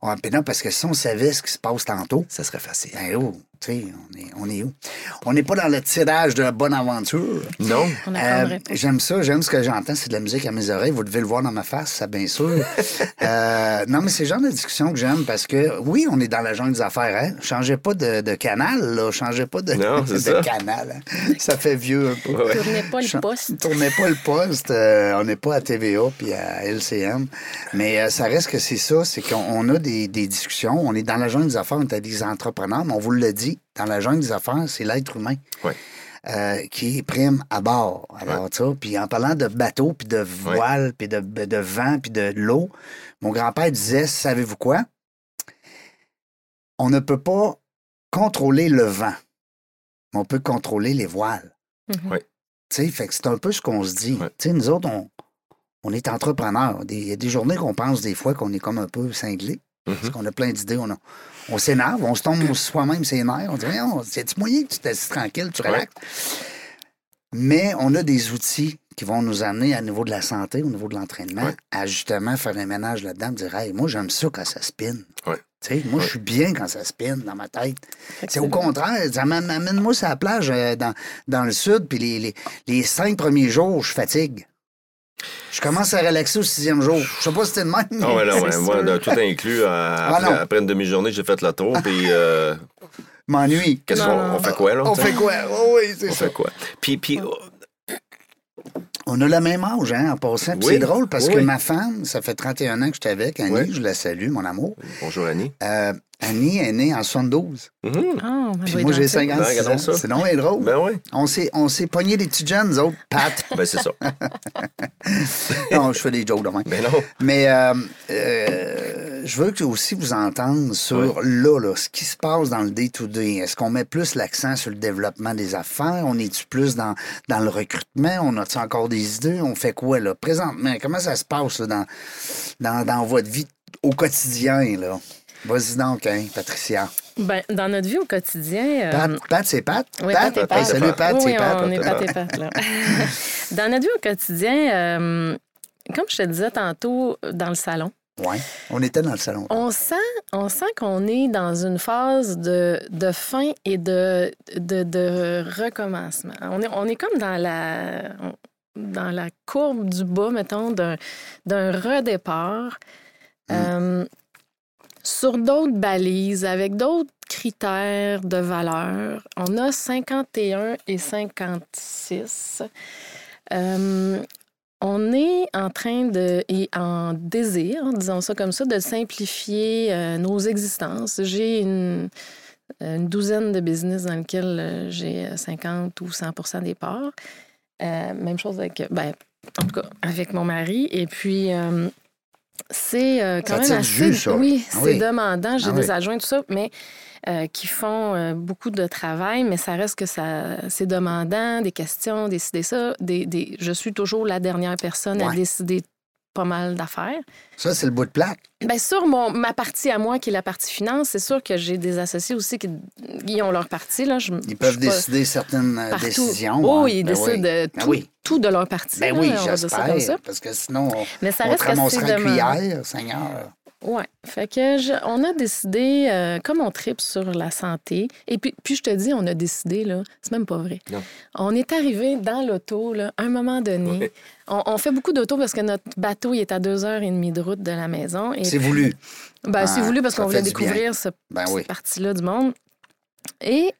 Speaker 1: Ah, ben non, parce que si on savait ce qui se passe tantôt,
Speaker 3: Ça serait facile.
Speaker 1: ben oh, tu sais, on est, on est où? On n'est pas dans le tirage de Bonne Aventure.
Speaker 3: [laughs] Non?
Speaker 2: On
Speaker 1: Euh,
Speaker 2: n'apprendrait pas.
Speaker 1: j'aime ça, j'aime ce que j'entends, c'est de la musique à mes oreilles. Vous devez le voir dans ma face, ça bien
Speaker 2: [laughs]
Speaker 1: sûr. Euh, non, mais c'est le genre de discussion que j'aime parce que oui, on est dans la jungle des affaires, hein. Changez pas de, de canal, là. Changez pas de, [laughs]
Speaker 3: Non, c'est
Speaker 1: de
Speaker 3: ça.
Speaker 1: canal. hein. Ça fait vieux un peu.
Speaker 3: Ouais.
Speaker 2: Tournez pas le poste.
Speaker 1: Tournez pas le poste, euh, on n'est pas à TVA puis à LCM. Mais euh, ça reste que c'est ça, c'est qu'on on a des, des discussions, on est dans la jungle des affaires, on est à des entrepreneurs, mais on vous le dit, dans la jungle des affaires, c'est l'être humain
Speaker 3: Ouais.
Speaker 1: euh, qui prime à bord. Alors, tu vois, puis en parlant de bateau, puis de voile, puis de, de vent, puis de l'eau, mon grand-père disait, savez-vous quoi? On ne peut pas contrôler le vent, mais on peut contrôler les voiles.
Speaker 2: Mhm.
Speaker 3: Ouais.
Speaker 1: Tu sais, fait que c'est un peu ce qu'on se dit.
Speaker 3: Ouais.
Speaker 1: Tu sais, nous autres, on, on est entrepreneurs. Des- Il y a des journées qu'on pense des fois qu'on est comme un peu cinglé.
Speaker 3: Mhm.
Speaker 1: Parce qu'on a plein d'idées, on, a- on s'énerve, on se tombe soi-même ses nerfs. On dit, c'est tu moyen que tu t'assises tranquille, tu
Speaker 3: Ouais.
Speaker 1: relaxes. Mais on a des outils qui vont nous amener à niveau de la santé, au niveau de l'entraînement,
Speaker 3: Ouais.
Speaker 1: à justement faire un ménage là-dedans, dire, hey, moi, j'aime ça quand ça spinne.
Speaker 3: Ouais.
Speaker 1: Tu sais, moi,
Speaker 3: Ouais.
Speaker 1: je suis bien quand ça spinne dans ma tête. C'est au
Speaker 2: Absolument.
Speaker 1: contraire. Ça m'am- Amène-moi sur la plage euh, dans, dans le sud, puis les, les, les cinq premiers jours, je fatigue. Je commence à relaxer au sixième jour. Je sais pas si c'était le même.
Speaker 3: Ah ouais, non, ouais.
Speaker 2: C'est
Speaker 3: Moi,
Speaker 2: sûr.
Speaker 3: de- tout inclus, euh, après,
Speaker 1: Ah non. Ah.
Speaker 3: après une demi-journée, j'ai fait le tour, puis euh,
Speaker 1: M'ennuie.
Speaker 3: qu'est-ce
Speaker 2: Non,
Speaker 3: qu'on
Speaker 2: non.
Speaker 3: hein? on fait quoi, là?
Speaker 1: On
Speaker 3: tu sais?
Speaker 1: fait quoi? Oh, oui, c'est
Speaker 3: On
Speaker 1: ça.
Speaker 3: fait quoi? Puis, puis, euh,
Speaker 1: On a le même âge, hein, en passant. Puis
Speaker 3: Oui,
Speaker 1: c'est drôle parce que
Speaker 3: oui.
Speaker 1: ma femme, ça fait 31 ans que j'étais avec, Annie,
Speaker 3: Oui.
Speaker 1: je la salue, mon amour.
Speaker 3: Bonjour Annie.
Speaker 1: Euh, Annie est née en 72.
Speaker 3: Mhm.
Speaker 2: Ah, ben,
Speaker 1: Puis
Speaker 2: oui,
Speaker 1: moi,
Speaker 2: donc
Speaker 1: j'ai
Speaker 2: ça-
Speaker 3: Ben,
Speaker 1: 56
Speaker 3: regardons
Speaker 1: ans.
Speaker 3: ça.
Speaker 1: C'est non, mais drôle.
Speaker 3: Ben oui,
Speaker 1: On s'est, on s'est pogné des petits jeunes, nous autres,
Speaker 3: [laughs]
Speaker 1: Pat.
Speaker 3: ben c'est ça.
Speaker 1: non, je fais des jokes demain.
Speaker 3: ben non.
Speaker 1: Mais euh, euh, je veux que aussi vous entendre sur là, là, ce qui se passe dans le day-to-day. Est-ce qu'on met plus l'accent sur le développement des affaires? On est-tu plus dans, dans le recrutement? On a-tu encore des idées? On fait quoi là? Présentement, comment ça se passe là, dans, dans, dans votre vie au quotidien? là? Vas-y donc, hein, Patricia.
Speaker 2: Ben, dans notre vie au quotidien. euh,
Speaker 1: Pat, Pat, c'est Pat?
Speaker 2: Oui,
Speaker 1: Pat?
Speaker 2: Pat et Pat.
Speaker 1: Hey, salut Pat,
Speaker 2: oui,
Speaker 1: c'est
Speaker 2: oui,
Speaker 1: Pat.
Speaker 2: on est
Speaker 1: Pat.
Speaker 2: Pat et Pat, là. [laughs] dans notre vie au quotidien, euh, comme je te disais tantôt, dans le salon,
Speaker 1: Ouais. On était dans le salon.
Speaker 2: on sent, on sent qu'on est dans une phase de, de fin et de, de, de recommencement. On est, on est comme dans la, dans la courbe du bas, mettons, d'un, d'un redépart. Euh, sur d'autres balises, avec d'autres critères de valeur, on a 51 et 56. Euh, on est en train de, et en désir, disons ça comme ça, de simplifier euh, nos existences. J'ai une, euh, une douzaine de business dans lesquels euh, j'ai euh, 50 ou 100 des parts. Euh, même chose avec, euh, ben, en tout cas, avec mon mari. Et puis, euh, c'est euh, quand
Speaker 1: Ça
Speaker 2: même
Speaker 1: tire du
Speaker 2: assez...
Speaker 1: jus, ça.
Speaker 2: Oui,
Speaker 1: Ah
Speaker 2: c'est
Speaker 1: oui.
Speaker 2: demandant. J'ai
Speaker 1: Ah
Speaker 2: des
Speaker 1: oui.
Speaker 2: adjoints, tout ça, mais euh, qui font euh, beaucoup de travail, mais ça reste que ça, c'est demandant, des questions, décider ça. Des, des- je suis toujours la dernière personne à
Speaker 1: Ouais.
Speaker 2: décider pas mal d'affaires.
Speaker 1: Ça, c'est le bout de plaque.
Speaker 2: Bien, sur mon, ma partie à moi, qui est la partie finance, c'est sûr que j'ai des associés aussi qui, qui ont leur partie. Là. Je,
Speaker 1: Ils
Speaker 2: je
Speaker 1: peuvent
Speaker 2: suis pas
Speaker 1: décider certaines euh,
Speaker 2: partout.
Speaker 1: décisions.
Speaker 2: Oh,
Speaker 1: hein.
Speaker 2: ils
Speaker 1: Ben
Speaker 2: décident euh,
Speaker 1: Ben
Speaker 2: tout,
Speaker 1: oui.
Speaker 2: tout de leur partie.
Speaker 1: Ben oui,
Speaker 2: là, on va dire ça comme ça.
Speaker 1: j'espère. Parce que sinon, on,
Speaker 2: Mais ça
Speaker 1: on te
Speaker 2: reste que c'est
Speaker 1: ramassera en
Speaker 2: demain.
Speaker 1: cuillère, Seigneur.
Speaker 2: Oui. Fait que je- on a décidé, euh, comme on tripe sur la santé, et puis, puis je te dis, on a décidé, là, c'est même pas vrai.
Speaker 3: Non.
Speaker 2: On est arrivé dans l'auto, là, à un moment donné.
Speaker 3: Oui.
Speaker 2: On, on fait beaucoup d'auto parce que notre bateau, il est à deux heures et demie de route de la maison. Et
Speaker 1: C'est voulu.
Speaker 2: Ben,
Speaker 1: Ah,
Speaker 2: c'est voulu parce
Speaker 1: ça
Speaker 2: qu'on voulait
Speaker 1: fait du bien.
Speaker 2: découvrir ce
Speaker 1: Ben oui.
Speaker 2: cette partie-là du monde. Et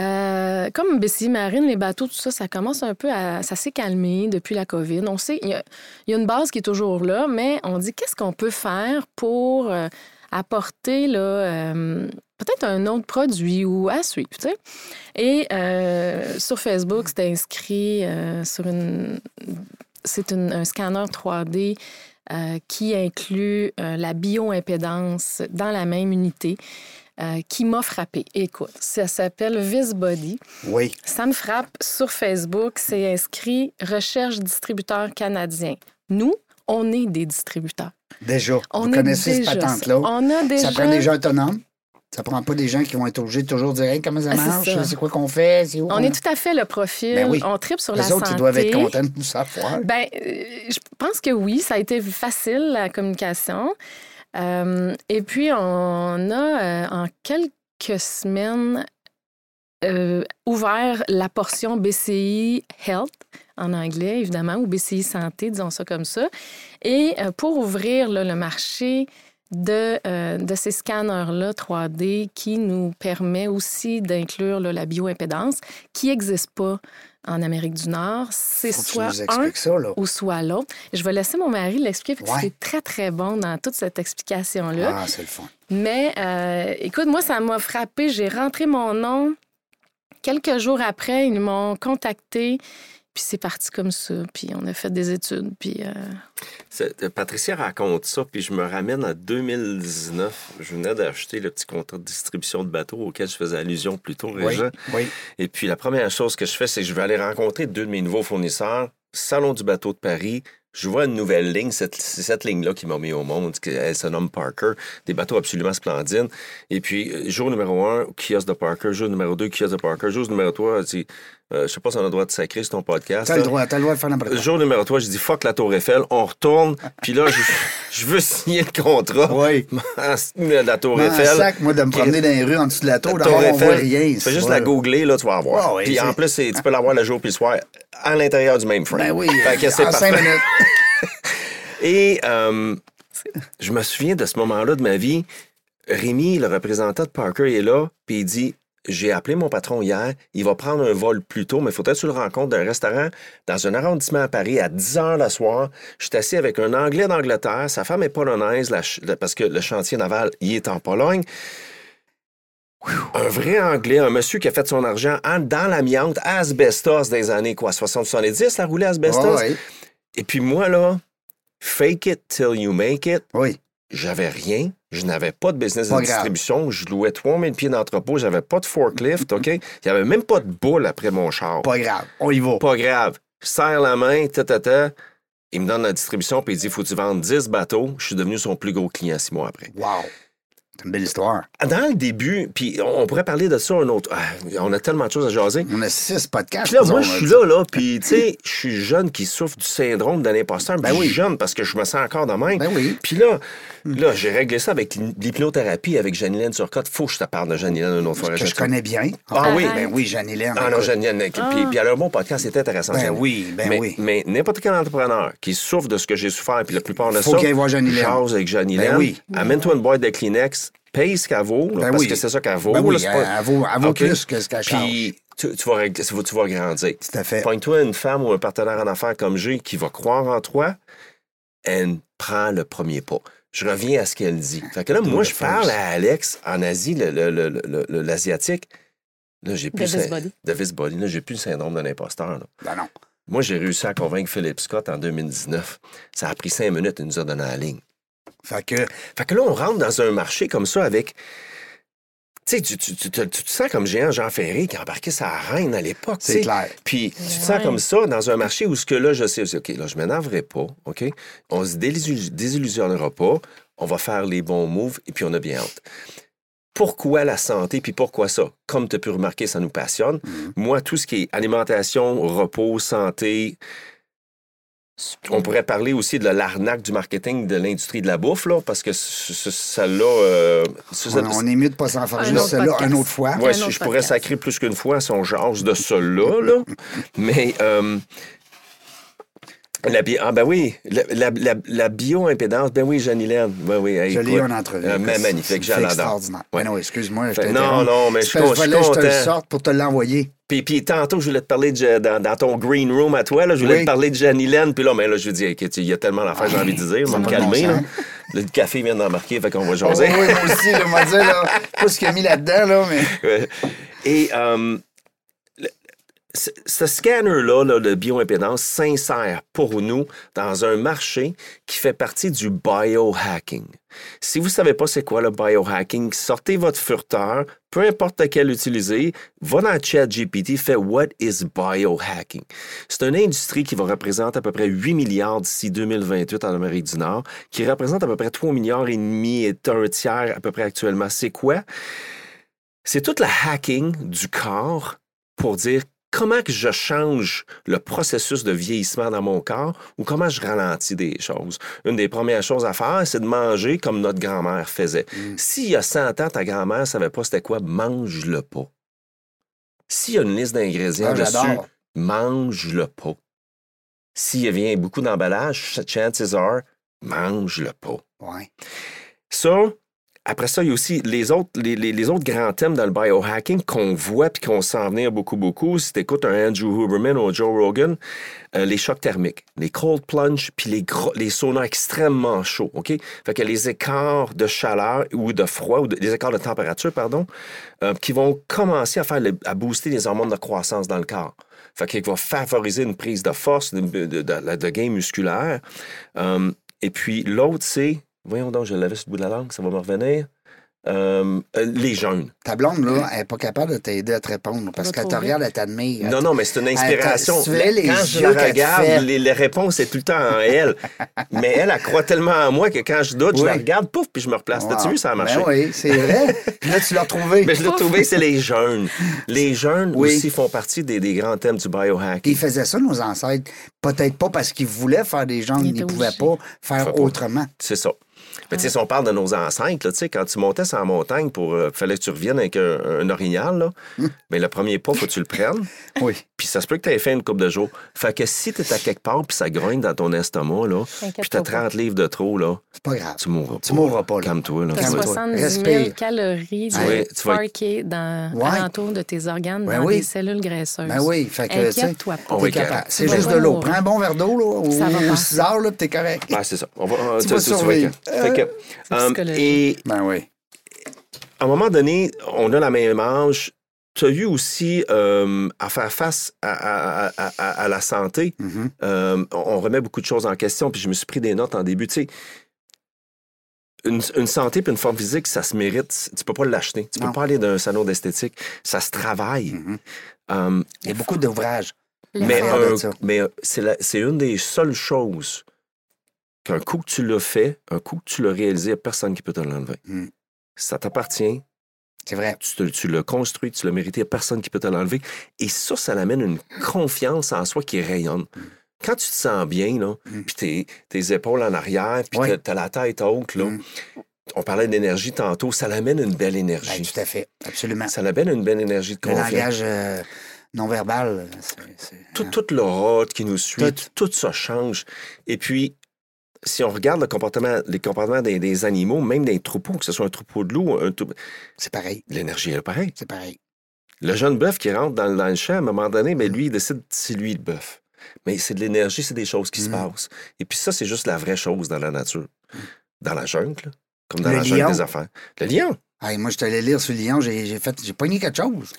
Speaker 2: euh, comme Bessie Marine, les bateaux, tout ça, ça commence un peu à. Ça s'est calmé depuis la COVID. On sait, il y, a- il y a une base qui est toujours là, mais on dit qu'est-ce qu'on peut faire pour euh, apporter, là. euh, Peut-être un autre produit ou à suivre, tu sais. Et euh, sur Facebook, c'était inscrit euh, sur une... C'est une- un scanner 3D euh, qui inclut euh, la bioimpédance dans la même unité euh, qui m'a frappé. Écoute, ça s'appelle Vice Body.
Speaker 1: Oui.
Speaker 2: Ça me frappe sur Facebook. C'est inscrit Recherche distributeur canadien. Nous, on est des distributeurs.
Speaker 1: Déjà.
Speaker 2: On
Speaker 1: Vous
Speaker 2: est
Speaker 1: connaissez
Speaker 2: déjà
Speaker 1: cette
Speaker 2: ça.
Speaker 1: patente-là.
Speaker 2: On a déjà.
Speaker 1: Ça prend des gens autonomes. Ça prend pas des gens qui vont être obligés de toujours dire Hey, comment ça
Speaker 2: Ah, c'est
Speaker 1: marche,
Speaker 2: ça.
Speaker 1: c'est quoi qu'on fait, c'est où.
Speaker 2: On
Speaker 1: qu'on-
Speaker 2: est tout à fait le profil.
Speaker 1: Ben oui.
Speaker 2: On tripe sur
Speaker 1: Les
Speaker 2: la
Speaker 1: autres,
Speaker 2: santé.
Speaker 1: ils doivent être contents de nous savoir.
Speaker 2: Ben, euh, je pense que oui, ça a été facile, la communication. Euh, et puis, on a, euh, en quelques semaines, euh, ouvert la portion BCI Health, en anglais, évidemment, ou BCI Santé, disons ça comme ça. Et euh, pour ouvrir là, le marché de, euh, de ces scanners-là 3D qui nous permet aussi d'inclure là, la bioimpédance qui n'existe pas en Amérique du Nord. C'est
Speaker 1: Faut que tu
Speaker 2: soit
Speaker 1: nous
Speaker 2: un
Speaker 1: expliques ça, là.
Speaker 2: ou soit l'autre. Je vais laisser mon mari l'expliquer parce
Speaker 1: Ouais.
Speaker 2: que c'est très, très bon dans toute cette explication-là.
Speaker 1: Ah, c'est le fun.
Speaker 2: Mais euh, écoute, moi, ça m'a frappé. J'ai rentré mon nom. Quelques jours après, ils m'ont contacté. Puis c'est parti comme ça. Puis on a fait des études. Puis euh,
Speaker 3: C'est- euh, Patricia raconte ça, puis je me ramène à 2019. Je venais d'acheter le petit contrat de distribution de bateau auquel je faisais allusion plus tôt,
Speaker 1: Oui.
Speaker 3: Régent.
Speaker 1: oui.
Speaker 3: Et puis la première chose que je fais, c'est que je vais aller rencontrer deux de mes nouveaux fournisseurs, Salon du bateau de Paris. Je vois une nouvelle ligne, cette- c'est cette ligne-là qui m'a mis au monde, qui- elle se nomme Parker, des bateaux absolument splendides. Et puis, euh, jour numéro un, kiosque de Parker, jour numéro deux, kiosque de Parker, jour numéro trois, elle dit, euh, je sais pas si on a le droit de sacrer sur ton podcast.
Speaker 1: T'as le
Speaker 3: hein.
Speaker 1: droit, t'as le droit de faire n'importe
Speaker 3: Le jour numéro 3, j'ai dit fuck la Tour Eiffel,
Speaker 1: [laughs]
Speaker 3: on retourne, puis là, je, je veux signer le contrat. [laughs]
Speaker 1: quoi. Oui.
Speaker 3: de la Tour
Speaker 1: Un
Speaker 3: Eiffel.
Speaker 1: sac, moi, de me promener dans les rues en dessous de la tour,
Speaker 3: La
Speaker 1: d'abord,
Speaker 3: Tour
Speaker 1: on voit
Speaker 3: Eiffel.
Speaker 1: rien.
Speaker 3: Fais juste
Speaker 1: Ouais.
Speaker 3: la googler, là, tu vas avoir.
Speaker 1: Ah Ouais, ouais,
Speaker 3: puis en
Speaker 1: c'est-
Speaker 3: plus, c'est- tu peux l'avoir le jour puis le soir à l'intérieur du même frame.
Speaker 1: Ben oui,
Speaker 3: Fait que c'est
Speaker 1: en
Speaker 3: parfait.
Speaker 1: cinq minutes.
Speaker 3: Et euh, je me souviens de ce moment-là de ma vie. Rémi, le représentant de Parker, est là, puis il dit J'ai appelé mon patron hier. Il va prendre un vol plus tôt, mais il faudrait que tu le rencontres d'un restaurant dans un arrondissement à Paris à 10 h le soir. Je suis assis avec un Anglais d'Angleterre. Sa femme est polonaise la ch- le- parce que le chantier naval, il est en Pologne. Un vrai Anglais, un monsieur qui a fait son argent en- dans l'amiante, à asbestos des années quoi, 60-70, la roulée asbestos.
Speaker 1: oui,
Speaker 3: Et puis moi, là, fake it till you make it,
Speaker 1: oui.
Speaker 3: j'avais rien. Je n'avais pas de business de
Speaker 1: Pas grave.
Speaker 3: distribution. Je louais 3000 pieds d'entrepôt. J'avais pas de forklift, OK? Il n'y avait même pas de boule après mon char. Pas,
Speaker 1: Pas grave. On y va.
Speaker 3: grave. Je serre la main, ta, ta, ta. Il me donne la distribution, puis il dit, faut que tu vendes 10 bateaux. Je suis devenu son plus gros client six mois après.
Speaker 1: Wow. C'est une belle histoire.
Speaker 3: Dans le début, puis on on pourrait parler de ça un autre... Ah, on a tellement de choses à jaser.
Speaker 1: On a six podcasts.
Speaker 3: Puis là,
Speaker 1: disons,
Speaker 3: moi, je suis
Speaker 1: dit.
Speaker 3: là, là, puis tu sais, je suis jeune qui souffre du syndrome de l'imposteur.
Speaker 1: Ben
Speaker 3: Ben oui.
Speaker 1: oui.
Speaker 3: Je suis jeune parce que je me sens encore de même.
Speaker 1: Ben oui.
Speaker 3: Puis là, là j'ai réglé ça avec l'hy- l'hypnothérapie, avec Janilène Turcotte. Faut que je te parle de Janilène une autre fois.
Speaker 1: Que je
Speaker 3: Rachel.
Speaker 1: connais bien.
Speaker 3: Ah oui.
Speaker 1: Ben oui, jeanne hélène
Speaker 3: Ah non, Janilène. Puis, puis elle a un bon podcast, c'est intéressant.
Speaker 1: Ben
Speaker 3: Janilène.
Speaker 1: oui, ben
Speaker 3: mais,
Speaker 1: oui.
Speaker 3: Mais n'importe quel entrepreneur qui souffre de ce que j'ai souffert, puis la plupart de
Speaker 1: Faut
Speaker 3: ça,
Speaker 1: qu'il aille voir Janilène.
Speaker 3: jase avec Janilène.
Speaker 1: Ben oui.
Speaker 3: Amène-toi une boîte de Kleenex, paye ce qu'elle vaut, là,
Speaker 1: Ben
Speaker 3: parce
Speaker 1: oui.
Speaker 3: que c'est ça qu'elle vaut.
Speaker 1: Ben oui,
Speaker 3: là, c'est pas-
Speaker 1: elle vaut- elle vaut
Speaker 3: OK.
Speaker 1: plus que ce qu'elle
Speaker 3: Puis tu, tu vas, régler- tu vas- tu vas grandir.
Speaker 1: Tout à fait.
Speaker 3: Pogne-toi une femme ou un partenaire en affaires comme j'ai qui va croire en toi and prends le premier pas. Je reviens à ce qu'elle dit. Fait que là, moi, je parle à Alex en Asie, le- le- le- le- le- l'Asiatique. Là, j'ai plus. le syn-
Speaker 2: Busybody.
Speaker 3: de Busybody. Là, j'ai plus le syndrome de l'imposteur. là.
Speaker 1: Ben non.
Speaker 3: Moi, j'ai réussi à convaincre Philip Scott en 2019. Ça a pris cinq minutes, il nous a donné la ligne.
Speaker 1: Fait que,
Speaker 3: Fait que là, on rentre dans un marché comme ça avec. Tu sais, tu, tu, tu te- tu te sens comme géant Jean Ferré qui embarquait sa reine à l'époque.
Speaker 1: C'est
Speaker 3: tu sais.
Speaker 1: clair.
Speaker 3: Puis tu te
Speaker 2: Ouais.
Speaker 3: sens comme ça dans un marché où ce que là, je sais, je dis, OK, là, je m'énerverai pas, OK? On se désillu- désillusionnera pas, on va faire les bons moves et puis on a bien hâte. Pourquoi la santé, puis pourquoi ça? Comme tu as pu remarquer, ça nous passionne. Moi, tout ce qui est alimentation, repos, santé, on pourrait parler aussi de la- l'arnaque du marketing de l'industrie de la bouffe, là, parce que ce- ce- celle-là... euh, ce-
Speaker 1: on, on est mieux de pas s'en faire
Speaker 2: Un
Speaker 1: juste
Speaker 2: autre
Speaker 1: celle-là
Speaker 2: podcast.
Speaker 1: une autre fois.
Speaker 2: Ouais.
Speaker 3: Ouais,
Speaker 2: un
Speaker 3: je
Speaker 2: autre
Speaker 3: je pourrais
Speaker 2: podcast.
Speaker 3: sacrer plus qu'une fois son jase de cela, là. Mais. euh, la bio, ah ben oui, la, la, la, la bioimpédance, ben oui, Janilène, ben oui. hey,
Speaker 1: Je l'ai eu
Speaker 3: écoute,
Speaker 1: en entrevue.
Speaker 3: euh,
Speaker 1: C'est- c'est
Speaker 3: magnifique, j'adore.
Speaker 1: extraordinaire.
Speaker 3: Ouais.
Speaker 1: Ben non, excuse-moi, je
Speaker 3: Fait-
Speaker 1: t'interromps.
Speaker 3: non, non, mais je
Speaker 1: C'est parce
Speaker 3: suis
Speaker 1: que fallait
Speaker 3: con-
Speaker 1: que je te le
Speaker 3: content.
Speaker 1: sorte pour te l'envoyer.
Speaker 3: Puis, puis tantôt, je voulais te parler de, dans, dans ton green room à toi, là, je voulais
Speaker 1: Oui.
Speaker 3: te parler de Janilène, puis là, mais là, je lui dis, écoute, il y a tellement d'affaires que j'ai envie de dire, on va me
Speaker 1: Ça n'a pas de
Speaker 3: calmer,
Speaker 1: bon
Speaker 3: là.
Speaker 1: sens.
Speaker 3: Le café vient d'embarquer, fait qu'on va
Speaker 1: Oh,
Speaker 3: jaser.
Speaker 1: oui, moi aussi, là, on va dire, là, pas ce qu'il a mis là-dedans, là, mais.
Speaker 3: Ouais. Et euh, le- ce ce scanner-là, là, de bioimpédance, s'insère pour nous dans un marché qui fait partie du biohacking. Si vous ne savez pas c'est quoi le biohacking, sortez votre furteur, peu importe lequel utiliser, va dans ChatGPT, fait What is biohacking? C'est une industrie qui va représenter à peu près 8 milliards d'ici 2028 en Amérique du Nord, qui représente à peu près 3 milliards et demi et un tiers à peu près actuellement. C'est quoi? C'est toute la hacking du corps pour dire comment que je change le processus de vieillissement dans mon corps ou comment je ralentis des choses. Une des premières choses à faire, c'est de manger comme notre grand-mère faisait.
Speaker 1: Mm.
Speaker 3: S'il y a 100 ans, ta grand-mère ne savait pas c'était quoi, mange-le pas. S'il y a une liste d'ingrédients
Speaker 1: Ah,
Speaker 3: dessus,
Speaker 1: j'adore.
Speaker 3: mange-le pas. S'il vient beaucoup d'emballage, chances are, mange-le pas.
Speaker 1: Ouais.
Speaker 3: Ça, après ça, il y a aussi les autres, les, les- les autres grands thèmes dans le biohacking qu'on voit puis qu'on s'en venir beaucoup, beaucoup. Si tu écoutes un Andrew Huberman ou un Joe Rogan, euh, les chocs thermiques, les cold plunge puis les, gros- les saunas extrêmement chauds, OK? Fait que les écarts de chaleur ou de froid, ou de- les écarts de température, pardon, euh, qui vont commencer à, faire le- à booster les hormones de croissance dans le corps. Fait qu'il va favoriser une prise de force, de, de, de- de gain musculaire. Euh, et puis l'autre, c'est, voyons donc, je l'avais sur le bout de la langue, ça va me revenir, Euh, euh, les jeunes.
Speaker 1: Ta blonde, là, elle n'est pas capable de t'aider à te répondre parce
Speaker 2: Va
Speaker 1: qu'elle te
Speaker 2: trouver.
Speaker 1: regarde, elle t'admire.
Speaker 3: Non, non, mais c'est une
Speaker 1: Attends,
Speaker 3: inspiration.
Speaker 1: si tu verrais les
Speaker 3: quand je
Speaker 1: yeux
Speaker 3: la
Speaker 1: qu'elle te fait.
Speaker 3: regarde, les, les réponses, c'est tout le temps
Speaker 1: [laughs]
Speaker 3: en elle. mais elle, elle croit tellement en moi que quand je doute, je
Speaker 1: Oui.
Speaker 3: la regarde, pouf, puis je me replace.
Speaker 1: Wow.
Speaker 3: T'as-tu vu, Ah, ça a marché?
Speaker 1: Ben oui, c'est
Speaker 3: [laughs]
Speaker 1: vrai. Puis là, tu l'as retrouvé.
Speaker 3: Mais je l'ai trouvé, c'est
Speaker 1: [laughs]
Speaker 3: les jeunes. Les jeunes
Speaker 1: Oui.
Speaker 3: aussi font partie des, des grands thèmes du biohacking.
Speaker 1: Ils faisaient ça, nos ancêtres. Peut-être pas parce qu'ils voulaient faire des gens,
Speaker 2: Ils
Speaker 1: ils ne
Speaker 2: étaient
Speaker 1: pouvaient
Speaker 2: obligés.
Speaker 1: pas faire
Speaker 3: Faut pas.
Speaker 1: autrement.
Speaker 3: C'est ça.
Speaker 1: Ah.
Speaker 3: Mais tu sais, si on parle de nos ancêtres, là, tu sais, quand tu montais sur la montagne, pour euh, fallait que tu reviennes avec un, un orignal, là,
Speaker 1: Hmm.
Speaker 3: mais le premier pas, faut que tu le prennes.
Speaker 1: Oui.
Speaker 3: Puis ça se peut que tu aies fait une coupe de jours. Fait que si tu à quelque part, puis ça grogne dans ton estomac, là, puis tu
Speaker 2: Inquiète-toi
Speaker 3: 30 livres de trop, là,
Speaker 1: C'est pas grave.
Speaker 3: tu mourras pas.
Speaker 1: Tu mourras pas, là.
Speaker 3: Calme-toi, là.
Speaker 2: T'as
Speaker 3: Tu vas-
Speaker 1: Calme-toi.
Speaker 2: 70 000
Speaker 1: Respire.
Speaker 2: calories
Speaker 3: Ah oui,
Speaker 2: de
Speaker 3: tu vas être-
Speaker 2: parquet dans
Speaker 1: Ouais.
Speaker 2: alentour de tes organes,
Speaker 1: Ben
Speaker 2: dans
Speaker 1: oui.
Speaker 2: des cellules graisseuses.
Speaker 1: Ben oui, fait que, tu sais,
Speaker 2: Inquiète-toi pas.
Speaker 3: on
Speaker 1: T'es
Speaker 3: Oui,
Speaker 1: capable.
Speaker 3: que-
Speaker 1: C'est
Speaker 2: Tu vas
Speaker 1: juste
Speaker 2: pas
Speaker 1: de l'eau.
Speaker 2: mourir.
Speaker 1: Prends un bon verre d'eau,
Speaker 2: Ça va
Speaker 1: là, ou
Speaker 2: passer.
Speaker 1: 6 heures, là, puis t'es correct.
Speaker 3: Ah, c'est ça. On va, euh,
Speaker 1: Tu vas
Speaker 3: tu vas être
Speaker 1: survivre.
Speaker 3: correct. Fait que,
Speaker 2: C'est
Speaker 3: euh,
Speaker 2: psychologique.
Speaker 3: et
Speaker 1: Ben oui.
Speaker 3: à un moment donné, on a la même âge. Tu as eu aussi euh, à faire face à, à- à- à- à la santé.
Speaker 1: Mhm.
Speaker 3: Euh, on- on remet beaucoup de choses en question, puis je me suis pris des notes en début. Tu sais, une, une santé puis une forme physique, ça se mérite. Tu peux pas l'acheter. Tu
Speaker 1: Non.
Speaker 3: peux pas aller d'un salon d'esthétique. Ça se travaille.
Speaker 1: Mhm.
Speaker 3: Euh,
Speaker 1: Il y a beaucoup d'ouvrages.
Speaker 3: mais
Speaker 1: faire
Speaker 3: un-
Speaker 1: de ça.
Speaker 3: mais euh, c'est la- c'est une des seules choses qu'un coup que tu l'as fait, un coup que tu l'as réalisé, il n'y a personne qui peut te l'enlever.
Speaker 1: Mm.
Speaker 3: Ça t'appartient,
Speaker 1: C'est vrai.
Speaker 3: tu, te- tu l'as construit, tu l'as mérité, il n'y a personne qui peut te l'enlever. Et ça, ça l'amène une confiance en soi qui rayonne. Quand tu te sens bien, là,
Speaker 1: Mm.
Speaker 3: puis tes, tes épaules en arrière, puis
Speaker 1: Ouais.
Speaker 3: t'as- t'as la tête haute, là,
Speaker 1: Mm.
Speaker 3: on parlait d'énergie tantôt, ça l'amène une belle
Speaker 1: Ben,
Speaker 3: énergie.
Speaker 1: tout à fait. Absolument.
Speaker 3: Ça l'amène une belle énergie de
Speaker 1: Le
Speaker 3: confiance.
Speaker 1: langage euh, non-verbal, c'est- c'est-
Speaker 3: Tout, toute l'aura qui nous suit,
Speaker 1: Tout.
Speaker 3: tout. ça change. Et puis, si on regarde le comportement, les comportements des, des animaux, même des troupeaux, que ce soit un troupeau de loups, un troupeau-
Speaker 1: c'est pareil.
Speaker 3: l'énergie est pareille.
Speaker 1: C'est pareil.
Speaker 3: Le jeune bœuf qui rentre dans, dans le champ, à un moment donné, mais lui, il décide, c'est lui le bœuf. Mais c'est de l'énergie, c'est des choses qui se
Speaker 1: Mm.
Speaker 3: passent. Et puis ça, c'est juste la vraie chose dans la nature. Dans la jungle, là, comme dans
Speaker 1: Le
Speaker 3: la jungle
Speaker 1: lion.
Speaker 3: des affaires. Le lion,
Speaker 1: Hey, moi, je te allé lire sur Lyon, j'ai j'ai fait, j'ai pogné quelque chose.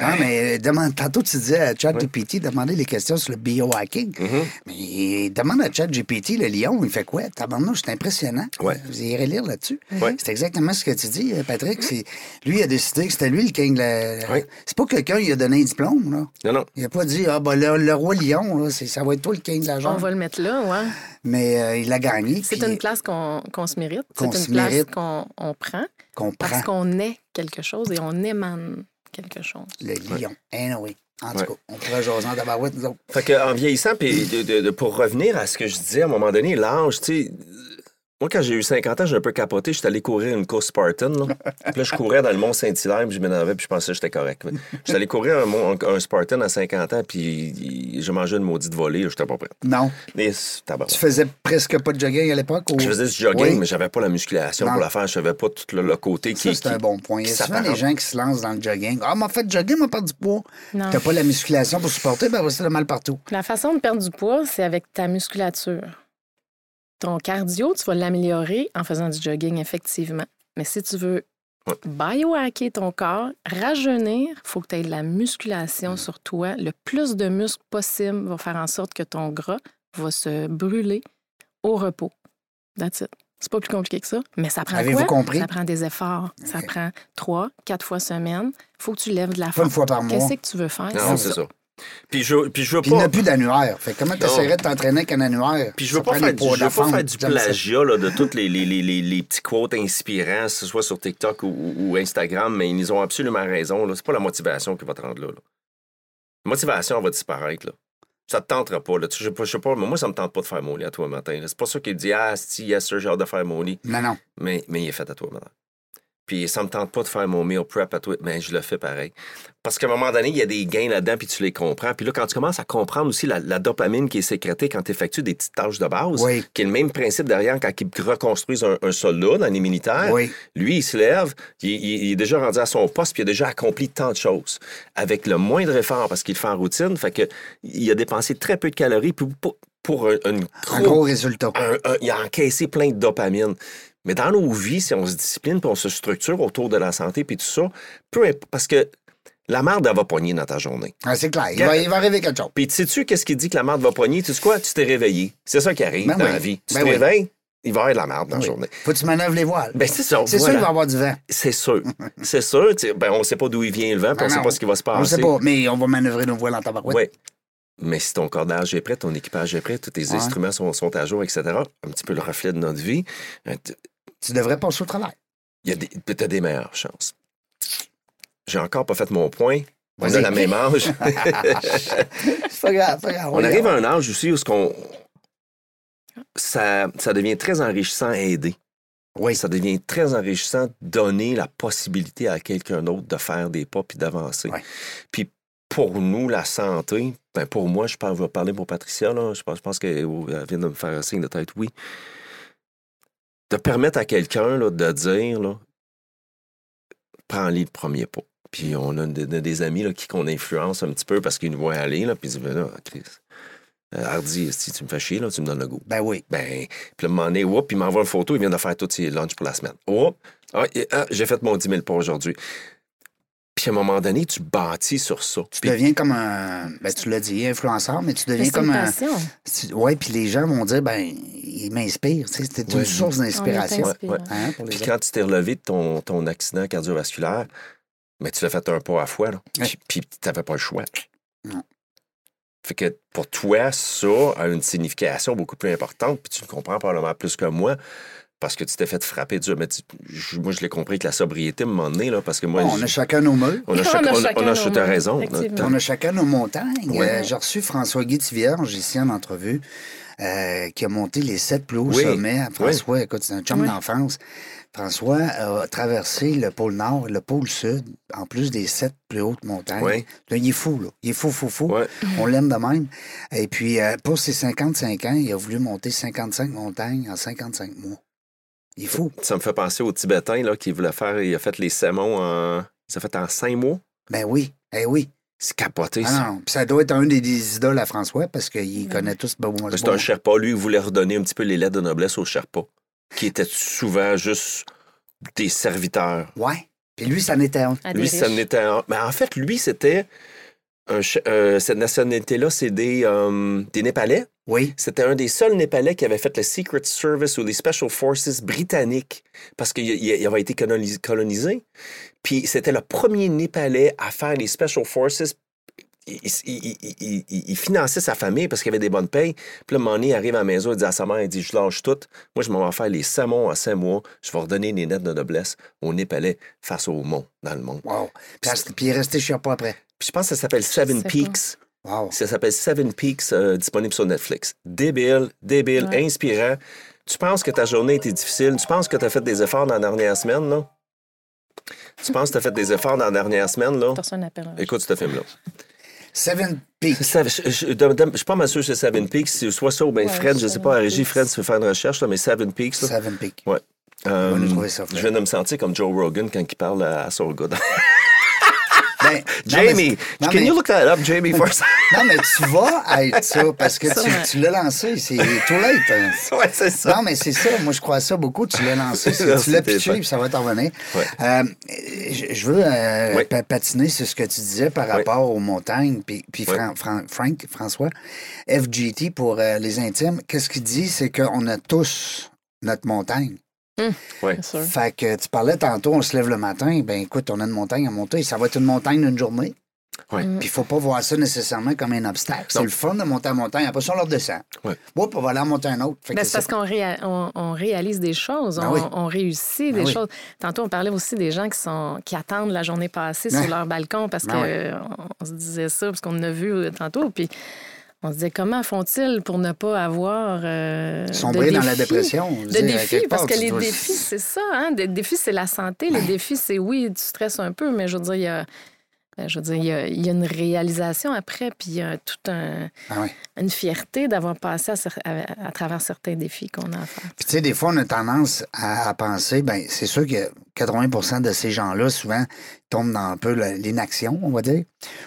Speaker 1: Non, mais euh, demande, tantôt, tu disais à ChatGPT, demander les questions sur le biohacking.
Speaker 3: Mm.
Speaker 1: Mais euh, demande à ChatGPT, le lion, il fait quoi? Tabarnouche, c'est impressionnant.
Speaker 3: Ouais.
Speaker 1: Vous irez lire là-dessus.
Speaker 3: Ouais.
Speaker 1: C'est exactement ce que tu dis, euh, Patrick. C'est- Lui, il a décidé que c'était lui le king. de la-
Speaker 3: Ouais.
Speaker 1: C'est pas quelqu'un qui a donné un diplôme, là.
Speaker 3: non, non,
Speaker 1: Il a pas dit, ah, ben, le, le roi lion, là, c'est- ça va être toi le king de la
Speaker 2: On
Speaker 1: jungle.
Speaker 2: va le mettre là, ouais.
Speaker 1: Mais euh, il a gagné,
Speaker 2: C'est
Speaker 1: puis
Speaker 2: une place qu'on qu'on se mérite.
Speaker 1: qu'on
Speaker 2: C'est
Speaker 1: se
Speaker 2: une place
Speaker 1: mérite.
Speaker 2: qu'on on prend
Speaker 1: qu'on prend
Speaker 2: parce qu'on est quelque chose et on émane quelque chose.
Speaker 1: le lion. Anyway. En tout
Speaker 3: Ouais.
Speaker 1: cas, on pourrait jaser en tabarouette, nous autres.
Speaker 3: Fait que, en vieillissant, puis de- de- de- pour revenir à ce que je disais à un moment donné, l'âge, tu sais. Moi, quand j'ai eu 50 ans, j'ai un peu capoté. J'étais allé courir une course Spartan. Là. Puis là, je courais dans le Mont-Saint-Hilaire, puis je m'énervais, puis je pensais que j'étais correct. Mais J'étais allé courir un, mont- un- un Spartan à 50 ans, puis il- j'ai mangé une maudite volée. là, J'étais pas prêt.
Speaker 1: Non.
Speaker 3: Et c'est tabarouette.
Speaker 1: Tu faisais presque pas de jogging à l'époque? Ou...
Speaker 3: Je faisais du jogging,
Speaker 1: Oui.
Speaker 3: mais j'avais pas la musculation
Speaker 1: Non.
Speaker 3: pour la faire. Je savais pas tout le, le côté
Speaker 1: Ça,
Speaker 3: qui.
Speaker 1: c'est un
Speaker 3: qui-
Speaker 1: bon point. Il y
Speaker 3: qui
Speaker 1: a souvent des
Speaker 3: s'apparente.
Speaker 1: gens qui se lancent dans le jogging. Ah, m'a fait jogging, m'a perdu du poids.
Speaker 2: Non.
Speaker 1: T'as pas la musculation pour supporter, ben voici le mal partout.
Speaker 2: La façon de perdre du poids, c'est avec ta musculature. Ton cardio, tu vas l'améliorer en faisant du jogging, effectivement. Mais si tu veux
Speaker 3: Ouais.
Speaker 2: biohacker ton corps, rajeunir, faut que tu aies de la musculation sur toi. Le plus de muscles possible va faire en sorte que ton gras va se brûler au repos. That's it. C'est pas plus compliqué que ça, mais ça prend
Speaker 1: Avez-vous
Speaker 2: quoi?
Speaker 1: compris?
Speaker 2: Ça prend des efforts. Ça
Speaker 1: Ok.
Speaker 2: prend trois, quatre fois semaine. Faut que tu lèves de la
Speaker 1: Pas une
Speaker 2: force.
Speaker 1: fois par mois.
Speaker 2: Qu'est-ce que tu veux faire?
Speaker 3: Non, c'est ça. Puis je, puis je veux
Speaker 1: Puis il n'y
Speaker 3: pas.
Speaker 1: a plus d'annuaire. Fait que comment t'essaierais de t'entraîner avec un annuaire?
Speaker 3: Puis je veux
Speaker 1: Ça
Speaker 3: pas
Speaker 1: prend des
Speaker 3: faire du,
Speaker 1: poids
Speaker 3: je veux pas
Speaker 1: d'enfant.
Speaker 3: faire du
Speaker 1: J'aime ça.
Speaker 3: plagiat là, de toutes les, les, les, les, les petits quotes inspirants, que ce soit sur TikTok ou, ou- ou Instagram, mais ils ont absolument raison. là. C'est pas la motivation qui va te rendre là. là. La motivation elle va disparaître. Là. Ça te tentera pas. Là. Tu- Je, sais pas- je sais pas, mais moi, ça me tente pas de faire mon lit à toi le matin. là. C'est pas ça qu'il dit Ah, si, yes, sir, j'ai hâte de faire mon lit.
Speaker 1: Non, non.
Speaker 3: mais, mais il est fait à toi maintenant. Puis ça me tente pas de faire mon meal prep à toi, mais je le fais pareil. Parce qu'à un moment donné, il y a des gains là-dedans, puis tu les comprends. Puis là, quand tu commences à comprendre aussi la, la dopamine qui est sécrétée quand tu effectues des petites tâches de base,
Speaker 1: Oui.
Speaker 3: qui est le même principe derrière quand ils reconstruisent un, un soldat dans les militaires,
Speaker 1: Oui.
Speaker 3: lui, il se lève, il, il- il est déjà rendu à son poste, puis il a déjà accompli tant de choses. Avec le moindre effort, parce qu'il le fait en routine, fait que il a dépensé très peu de calories pour, pour- pour un- une
Speaker 1: Un
Speaker 3: grosse
Speaker 1: gros résultat.
Speaker 3: un- un- il a encaissé plein de dopamine. Mais dans nos vies, si on se discipline puis on se structure autour de la santé puis tout ça, peu imp- parce que la merde, elle va pogner dans ta journée.
Speaker 1: Ah, c'est clair. Il va, il va arriver quelque chose.
Speaker 3: Puis tu sais-tu qu'est-ce qui dit que la merde va pogner? Tu sais quoi? Tu t'es réveillé. C'est ça qui arrive
Speaker 1: Ben
Speaker 3: dans
Speaker 1: oui.
Speaker 3: la vie. Tu
Speaker 1: Ben
Speaker 3: te
Speaker 1: oui.
Speaker 3: réveilles, il va y avoir de la merde dans la
Speaker 1: Oui.
Speaker 3: journée.
Speaker 1: Faut que tu manœuvres les voiles.
Speaker 3: Ben c'est ça.
Speaker 1: c'est sûr
Speaker 3: voilà.
Speaker 1: qu'il va y avoir du vent. [laughs]
Speaker 3: C'est sûr. c'est sûr. tu sais, Ben, on sait pas d'où il vient le vent, puis
Speaker 1: Ben
Speaker 3: on sait
Speaker 1: non.
Speaker 3: pas ce qui va se
Speaker 1: On ne
Speaker 3: passer.
Speaker 1: sait pas, mais on va manœuvrer nos voiles en tabarouette.
Speaker 3: Ah, Ouais. Mais si ton cordage est prêt, ton équipage est prêt, tous tes
Speaker 1: Ouais.
Speaker 3: instruments sont, sont à jour, etc., un petit peu le reflet de notre vie, euh, t-
Speaker 1: Tu devrais passer au travail. [laughs]
Speaker 3: Il y a des, t'as des meilleures chances. J'ai encore pas fait mon point. On a
Speaker 1: Vas-y.
Speaker 3: la même âge.
Speaker 1: C'est pas grave, c'est pas grave.
Speaker 3: on arrive à un âge aussi où ce qu'on, ça, ça devient très enrichissant à aider.
Speaker 1: Oui.
Speaker 3: Ça devient très enrichissant de donner la possibilité à quelqu'un d'autre de faire des pas puis d'avancer.
Speaker 1: Ouais.
Speaker 3: Puis pour nous, la santé, ben pour moi, je pense, je vais parler pour Patricia, là, je, pense, je pense qu'elle elle vient de me faire un signe de tête, oui. De permettre à quelqu'un là, de dire, là, prends les premiers pas. Puis on a des, des- des amis là, qui qu'on influence un petit peu parce qu'ils nous voient aller, là, puis ils disent, ben là, Chris, euh, Hardy, si tu me fais chier, là, tu me donnes le goût.
Speaker 1: Ben oui.
Speaker 3: Ben, puis là, un moment donné, whoop, il m'envoie une photo, il vient de faire tous ses lunchs pour la semaine. Whoop, ah, et- ah, j'ai fait mon 10 000 pas aujourd'hui. Puis à un moment donné, tu bâtis sur ça.
Speaker 1: Tu
Speaker 3: Puis-
Speaker 1: deviens comme un. Ben, tu l'as dit, influenceur, mais tu
Speaker 2: Mais
Speaker 1: deviens
Speaker 2: C'est une
Speaker 1: comme un.
Speaker 2: passion.
Speaker 1: tu- Ouais, puis les gens vont dire, ben, il m'inspire. tu sais, C'est une
Speaker 3: Ouais.
Speaker 1: source
Speaker 2: On est
Speaker 1: d'inspiration.
Speaker 2: inspirant.
Speaker 3: Ouais, ouais.
Speaker 1: Hein, pour les
Speaker 3: Puis
Speaker 1: gens.
Speaker 3: quand tu t'es relevé de ton, ton accident cardiovasculaire, mais tu l'as fait un pas à la fois, là.
Speaker 1: Ouais.
Speaker 3: Puis- Puis tu n'avais pas le choix.
Speaker 1: Non.
Speaker 3: Fait que pour toi, ça a une signification beaucoup plus importante, puis tu le comprends probablement plus que moi, parce que tu t'es fait frapper dur. Mais tu- je- moi, je l'ai compris que la sobriété me menait, là, parce que moi,
Speaker 1: [laughs] on
Speaker 3: je-
Speaker 1: a chacun nos murs.
Speaker 3: on a chaque-
Speaker 2: On a
Speaker 3: on a-
Speaker 2: chacun
Speaker 3: on a
Speaker 2: nos
Speaker 3: chacun
Speaker 2: mains,
Speaker 3: raison.
Speaker 2: effectivement.
Speaker 1: On a chacun nos montagnes.
Speaker 3: Ouais.
Speaker 1: Euh, J'ai reçu François-Guy Tivierge ici en entrevue, euh, qui a monté les sept plus hauts
Speaker 3: Oui.
Speaker 1: sommets. François, écoute, c'est un chum d'enfance. François a traversé le pôle Nord et le pôle Sud, en plus des sept plus hautes montagnes.
Speaker 3: Ouais.
Speaker 1: Là, il est fou, là. Il est fou, fou, fou.
Speaker 3: Ouais.
Speaker 1: On l'aime de même. Et puis, euh, pour ses 55 ans, il a voulu monter 55 montagnes en 55 mois. Il est fou.
Speaker 3: Ça me fait penser aux Tibétains là, qui voulaient faire, il a fait les saumons en. Il a fait en cinq mois.
Speaker 1: Ben oui, eh oui.
Speaker 3: C'est capoté,
Speaker 1: Ah
Speaker 3: ça.
Speaker 1: non, puis ça doit être un des, des idoles à François, parce qu'il connaît tous... bon, bon,
Speaker 3: C'est un Sherpa. Lui, il voulait redonner un petit peu les lettres de noblesse aux Sherpas, qui étaient souvent juste des serviteurs.
Speaker 1: Ouais. Puis lui, ça en était un.
Speaker 2: À des
Speaker 3: Lui, ça
Speaker 2: riches.
Speaker 3: n'était. un- Mais en fait, lui, c'était. un Sh- euh, cette nationalité-là, c'est des, euh, des Népalais.
Speaker 1: Oui.
Speaker 3: C'était un des seuls Népalais qui avait fait le Secret Service ou les Special Forces britanniques parce qu'il il- il avait été colonis- colonisé. Puis c'était le premier Népalais à faire les Special Forces. Il, il- il- il- il- il finançait sa famille parce qu'il avait des bonnes payes. Puis là, Money arrive à la maison, il dit à sa mère, il dit, je lâche tout. Moi, je m'en vais faire les saumons à cinq mois. Je vais redonner les lettres de noblesse aux Népalais face au mont, dans le monde.
Speaker 1: Wow. Puis, elle- puis il est resté chez pas après.
Speaker 3: Puis je pense que ça s'appelle Seven
Speaker 2: sais pas.
Speaker 3: Peaks.
Speaker 1: Wow.
Speaker 3: Ça s'appelle Seven Peaks, euh, disponible sur Netflix. Débile, débile,
Speaker 2: Ouais.
Speaker 3: inspirant. Tu penses que ta journée était difficile? Tu penses que tu as fait des efforts dans la dernière semaine, là? Tu penses que tu as fait des efforts dans la dernière semaine,
Speaker 2: [laughs]
Speaker 3: là?
Speaker 2: T'as reçu un appel.
Speaker 3: Écoute ce film-là.
Speaker 1: Seven Peaks.
Speaker 3: Ça- Je je- je- dame- dame, je suis pas mal sûr que c'est Seven Peaks. C'est soit ça ou bien
Speaker 2: Ouais,
Speaker 3: Fred, je sais
Speaker 2: Seven
Speaker 3: pas, à régie,
Speaker 2: Peaks.
Speaker 3: Fred, tu veux faire une recherche, là, mais Seven Peaks, là.
Speaker 1: Seven Peaks.
Speaker 3: Ouais. Euh,
Speaker 1: nous trouver ça, Fred.
Speaker 3: je viens de me sentir comme Joe Rogan quand il parle à, à son gars.
Speaker 1: Ben, non, mais-
Speaker 3: Jamie,
Speaker 1: non,
Speaker 3: can
Speaker 1: mais-
Speaker 3: you look that up, Jamie, first?
Speaker 1: Non, mais tu vas être ça, parce que
Speaker 2: Ça, ouais.
Speaker 1: tu, tu l'as lancé. C'est tout late. hein.
Speaker 3: [laughs] ouais, c'est ça.
Speaker 1: Non, mais c'est ça. Moi, je crois ça beaucoup. Tu l'as
Speaker 3: [laughs]
Speaker 1: lancé. c'est-
Speaker 3: Merci,
Speaker 1: tu l'as
Speaker 3: t'es
Speaker 1: pitché,
Speaker 3: fin.
Speaker 1: puis ça va t'en venir.
Speaker 3: Ouais.
Speaker 1: Euh, je, je veux euh,
Speaker 3: Oui.
Speaker 1: pa- patiner sur ce que tu disais par rapport aux montagnes. Puis, puis Fran- Fran- Frank, François, FGT pour euh, les intimes, qu'est-ce qu'il dit? C'est qu'on a tous notre montagne.
Speaker 2: Bien sûr.
Speaker 1: Fait que tu parlais tantôt, on se lève le matin, ben écoute, on a une montagne à monter. Ça va être une montagne d'une journée.
Speaker 3: Ouais.
Speaker 2: Euh,
Speaker 1: Puis il faut pas voir ça nécessairement comme un obstacle. C'est
Speaker 3: Non.
Speaker 1: le fun de monter en montagne. Après ça, on leur descend.
Speaker 3: Ouais.
Speaker 1: Oups, on va aller en monter un autre. Fait
Speaker 2: Ben,
Speaker 1: que
Speaker 2: c'est parce
Speaker 1: ça-
Speaker 2: qu'on réa- on, on réalise des choses,
Speaker 1: Ben
Speaker 2: on,
Speaker 1: oui.
Speaker 2: on réussit
Speaker 1: Ben
Speaker 2: des
Speaker 1: oui.
Speaker 2: choses. Tantôt, on parlait aussi des gens qui, sont, qui attendent la journée passée
Speaker 1: Ben.
Speaker 2: sur leur balcon parce
Speaker 1: Ben
Speaker 2: que
Speaker 1: oui.
Speaker 2: euh, on- on se disait ça, parce qu'on en a vu euh, tantôt. Puis on se disait comment font-ils pour ne pas avoir. euh,
Speaker 1: Sombrer
Speaker 2: de
Speaker 1: dans la
Speaker 2: défis?
Speaker 1: dépression. je veux
Speaker 2: De
Speaker 1: dire, à
Speaker 2: défis,
Speaker 1: quelque
Speaker 2: parce
Speaker 1: part,
Speaker 2: que
Speaker 1: tu
Speaker 2: les
Speaker 1: dois-
Speaker 2: défis, c'est ça. Hein? Des défis, c'est la santé. Les défis, c'est oui, tu stresses un peu, mais je veux dire, il y a, ben, je veux dire, il y a, il y a une réalisation après, puis il y a tout un
Speaker 1: Ah ouais.
Speaker 2: une fierté d'avoir passé à, cer- à- à travers certains défis qu'on a à faire.
Speaker 1: Puis tu sais, des fois, on a tendance à, à penser, ben c'est sûr que 80 de ces gens-là, souvent, tombent dans un peu la- l'inaction, on va dire,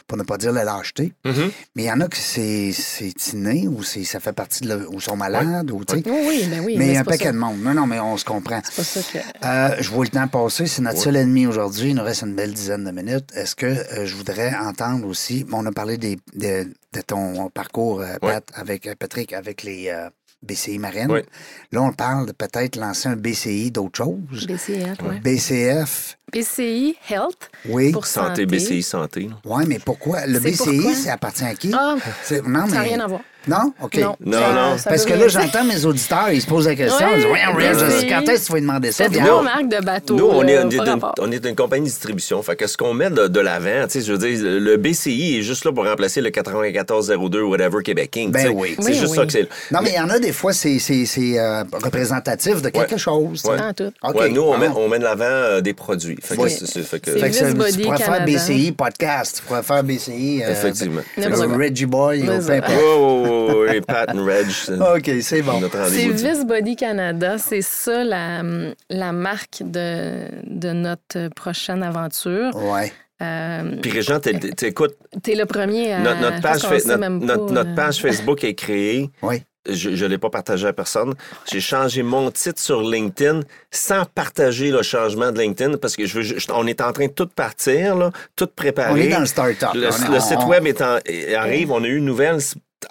Speaker 1: pour ne pas dire la lâcheté. Mais il y en a que c'est c'est inné ou c'est ça fait partie de le- ou sont malades ou tu sais.
Speaker 2: Oui, oui, ben oui.
Speaker 1: Mais il y a
Speaker 2: c'est
Speaker 1: un
Speaker 2: pas
Speaker 1: paquet
Speaker 2: ça-
Speaker 1: de monde. Non, non, mais on se comprend.
Speaker 2: C'est pas ça que.
Speaker 1: Euh, je vois le temps passer. C'est notre seul ennemi aujourd'hui. Il nous reste une belle dizaine de minutes. Est-ce que euh, je voudrais entendre aussi. bon, on a parlé des, de, de ton parcours, euh, Pat, avec euh, Patrick, avec les euh, BCI marines.
Speaker 3: Ouais.
Speaker 1: Là, on parle de peut-être lancer un BCI d'autre chose.
Speaker 2: BCI, hein, ouais.
Speaker 1: BCF,
Speaker 2: BCI Health
Speaker 1: oui.
Speaker 2: pour santé.
Speaker 3: Santé, BCI, santé. là.
Speaker 1: Oui, mais pourquoi? Le
Speaker 2: C'est
Speaker 1: BCI,
Speaker 2: pourquoi?
Speaker 1: ça appartient à qui?
Speaker 2: Ah,
Speaker 1: C'est- non,
Speaker 2: ça
Speaker 1: mais
Speaker 2: n'a rien à voir.
Speaker 1: Non? OK.
Speaker 2: Non,
Speaker 3: Non,
Speaker 2: ça-
Speaker 3: non.
Speaker 2: ça
Speaker 1: Parce
Speaker 2: veut
Speaker 1: que
Speaker 2: rien
Speaker 1: là,
Speaker 2: dire.
Speaker 1: j'entends mes auditeurs, ils se posent la question.
Speaker 2: Ouais,
Speaker 1: ils disent, Ouais, ouais,
Speaker 3: mais
Speaker 1: je-
Speaker 2: c'est-
Speaker 1: quand est-ce que tu vas demander ça?
Speaker 2: C'est
Speaker 1: Puis
Speaker 2: une
Speaker 1: on-
Speaker 2: marque de bateau.
Speaker 3: Nous, on est,
Speaker 2: là,
Speaker 3: on est
Speaker 2: pas
Speaker 3: une,
Speaker 2: rapport.
Speaker 3: on est une compagnie de distribution. Fait que ce qu'on met de, de l'avant, tu sais, je veux dire, le- le BCI est juste là pour remplacer le 9402 whatever Québec King.
Speaker 1: Ben
Speaker 3: tu sais.
Speaker 1: oui.
Speaker 3: C'est
Speaker 2: Oui,
Speaker 3: juste
Speaker 2: oui.
Speaker 3: ça que c'est.
Speaker 1: Non, mais il y en a des fois, c'est c'est- c'est, euh, représentatif de quelque
Speaker 3: Ouais.
Speaker 1: chose.
Speaker 3: Ouais.
Speaker 2: Pas en tout.
Speaker 1: OK.
Speaker 3: Ouais, nous, on
Speaker 1: Ah.
Speaker 3: met, on met de l'avant euh, des produits. Fait que
Speaker 2: Oui.
Speaker 3: c'est- c'est- fait que-
Speaker 2: C'est-
Speaker 1: Fait que ça,
Speaker 2: Visbody
Speaker 1: tu pourrais faire
Speaker 2: Canada.
Speaker 1: BCI podcast, tu pourrais faire BCI. euh,
Speaker 3: Effectivement.
Speaker 1: le
Speaker 2: N'importe quoi.
Speaker 1: Reggie Boy, ou
Speaker 2: Mais
Speaker 1: peu
Speaker 2: ça.
Speaker 3: Ouais,
Speaker 1: importe.
Speaker 3: ouais, ouais, ouais, Pat and Reg, c'est
Speaker 1: OK, c'est bon.
Speaker 3: notre
Speaker 2: C'est
Speaker 3: rendez-vous.
Speaker 2: Vice Body Canada, c'est ça la, la marque de, de notre prochaine aventure.
Speaker 1: Ouais.
Speaker 2: Euh,
Speaker 3: Puis Régent, t'es- t'es- t'écoutes,
Speaker 2: T'es le premier à.
Speaker 3: notre, notre
Speaker 2: euh, je pense
Speaker 3: page,
Speaker 2: qu'on
Speaker 3: fa-
Speaker 2: le sait
Speaker 3: notre-
Speaker 2: même pas,
Speaker 3: notre- notre
Speaker 2: euh,
Speaker 3: page Facebook est créée.
Speaker 1: [laughs] Oui.
Speaker 3: Je ne l'ai pas partagé à personne. J'ai changé mon titre sur LinkedIn sans partager le changement de LinkedIn parce que je veux, ju- je- on est en train de tout partir, là, tout préparer.
Speaker 1: On est dans le start-up.
Speaker 3: Le,
Speaker 1: On-
Speaker 3: le
Speaker 1: on-
Speaker 3: site web est en- est- arrive. On a eu une nouvelle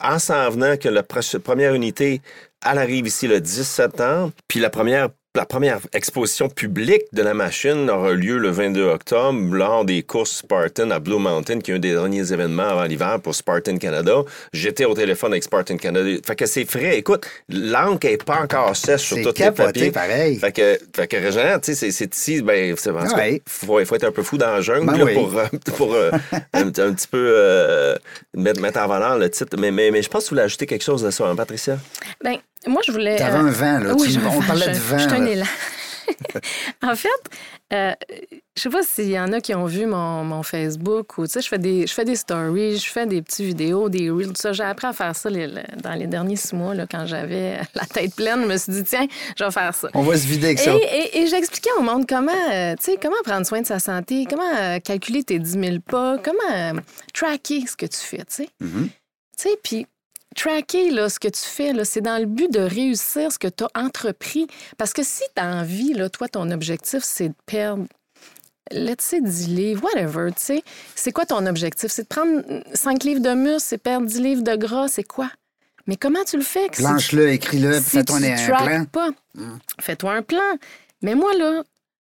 Speaker 3: en s'en venant que la proche- première unité, elle arrive ici le 10 septembre. Puis la première, la première exposition publique de la machine aura lieu le 22 octobre lors des courses Spartan à Blue Mountain, qui est un des derniers événements avant l'hiver pour Spartan Canada. J'étais au téléphone avec Spartan Canada. Fait que c'est frais. Écoute, l'encre n'est pas encore sèche sur
Speaker 1: C'est
Speaker 3: tous les
Speaker 1: capoté,
Speaker 3: papiers.
Speaker 1: pareil.
Speaker 3: Fait que, fait que Régent, tu sais, c'est- c'est ici, ben, c'est- en tout cas,
Speaker 1: Ouais.
Speaker 3: faut, faut être un peu fou dans la jungle
Speaker 1: Ben
Speaker 3: là,
Speaker 1: oui.
Speaker 3: pour, euh, [laughs] pour, euh, un, petit- un petit peu euh, mettre, mettre en valeur le titre. Mais, mais, mais je pense que vous voulez ajouter quelque chose de ça, hein, Patricia?
Speaker 2: Ben, moi, je voulais.
Speaker 1: T'avais
Speaker 2: euh,
Speaker 1: un vent, là.
Speaker 2: oui,
Speaker 1: Tu-
Speaker 2: j'avais
Speaker 1: on
Speaker 2: un-
Speaker 1: parlait
Speaker 2: je-
Speaker 1: de vent,
Speaker 2: Je suis un
Speaker 1: là.
Speaker 2: élan. [laughs] en fait, euh, je sais pas s'il y en a qui ont vu mon, mon Facebook ou, tu sais, je fais des je fais des stories, je fais des petites vidéos, des reels, tout ça. J'ai appris à faire ça les- le- dans les derniers six mois, là, quand j'avais [laughs] la tête pleine. Je me suis dit, tiens, je vais faire ça.
Speaker 1: On va se vider avec ça.
Speaker 2: Et, et- et j'expliquais au monde comment, euh, tu sais, comment prendre soin de sa santé, comment euh, calculer tes 10 000 pas, comment euh, tracker ce que tu fais, tu sais.
Speaker 1: Mm-hmm.
Speaker 2: Tu sais, puis tracker là, ce que tu fais, là, c'est dans le but de réussir ce que tu as entrepris. Parce que si tu as envie, là, toi, ton objectif, c'est de perdre. Let's say 10 livres, whatever, tu sais. C'est quoi ton objectif? C'est de prendre 5 livres de muscle, c'est perdre 10 livres de gras, c'est quoi? Mais comment tu le fais? que si tu
Speaker 1: Planche-le, écris-le, puis
Speaker 2: si
Speaker 1: fais-toi
Speaker 2: tu
Speaker 1: un
Speaker 2: traques
Speaker 1: plan. Mm.
Speaker 2: pas, fais-toi un plan. Mais moi, là,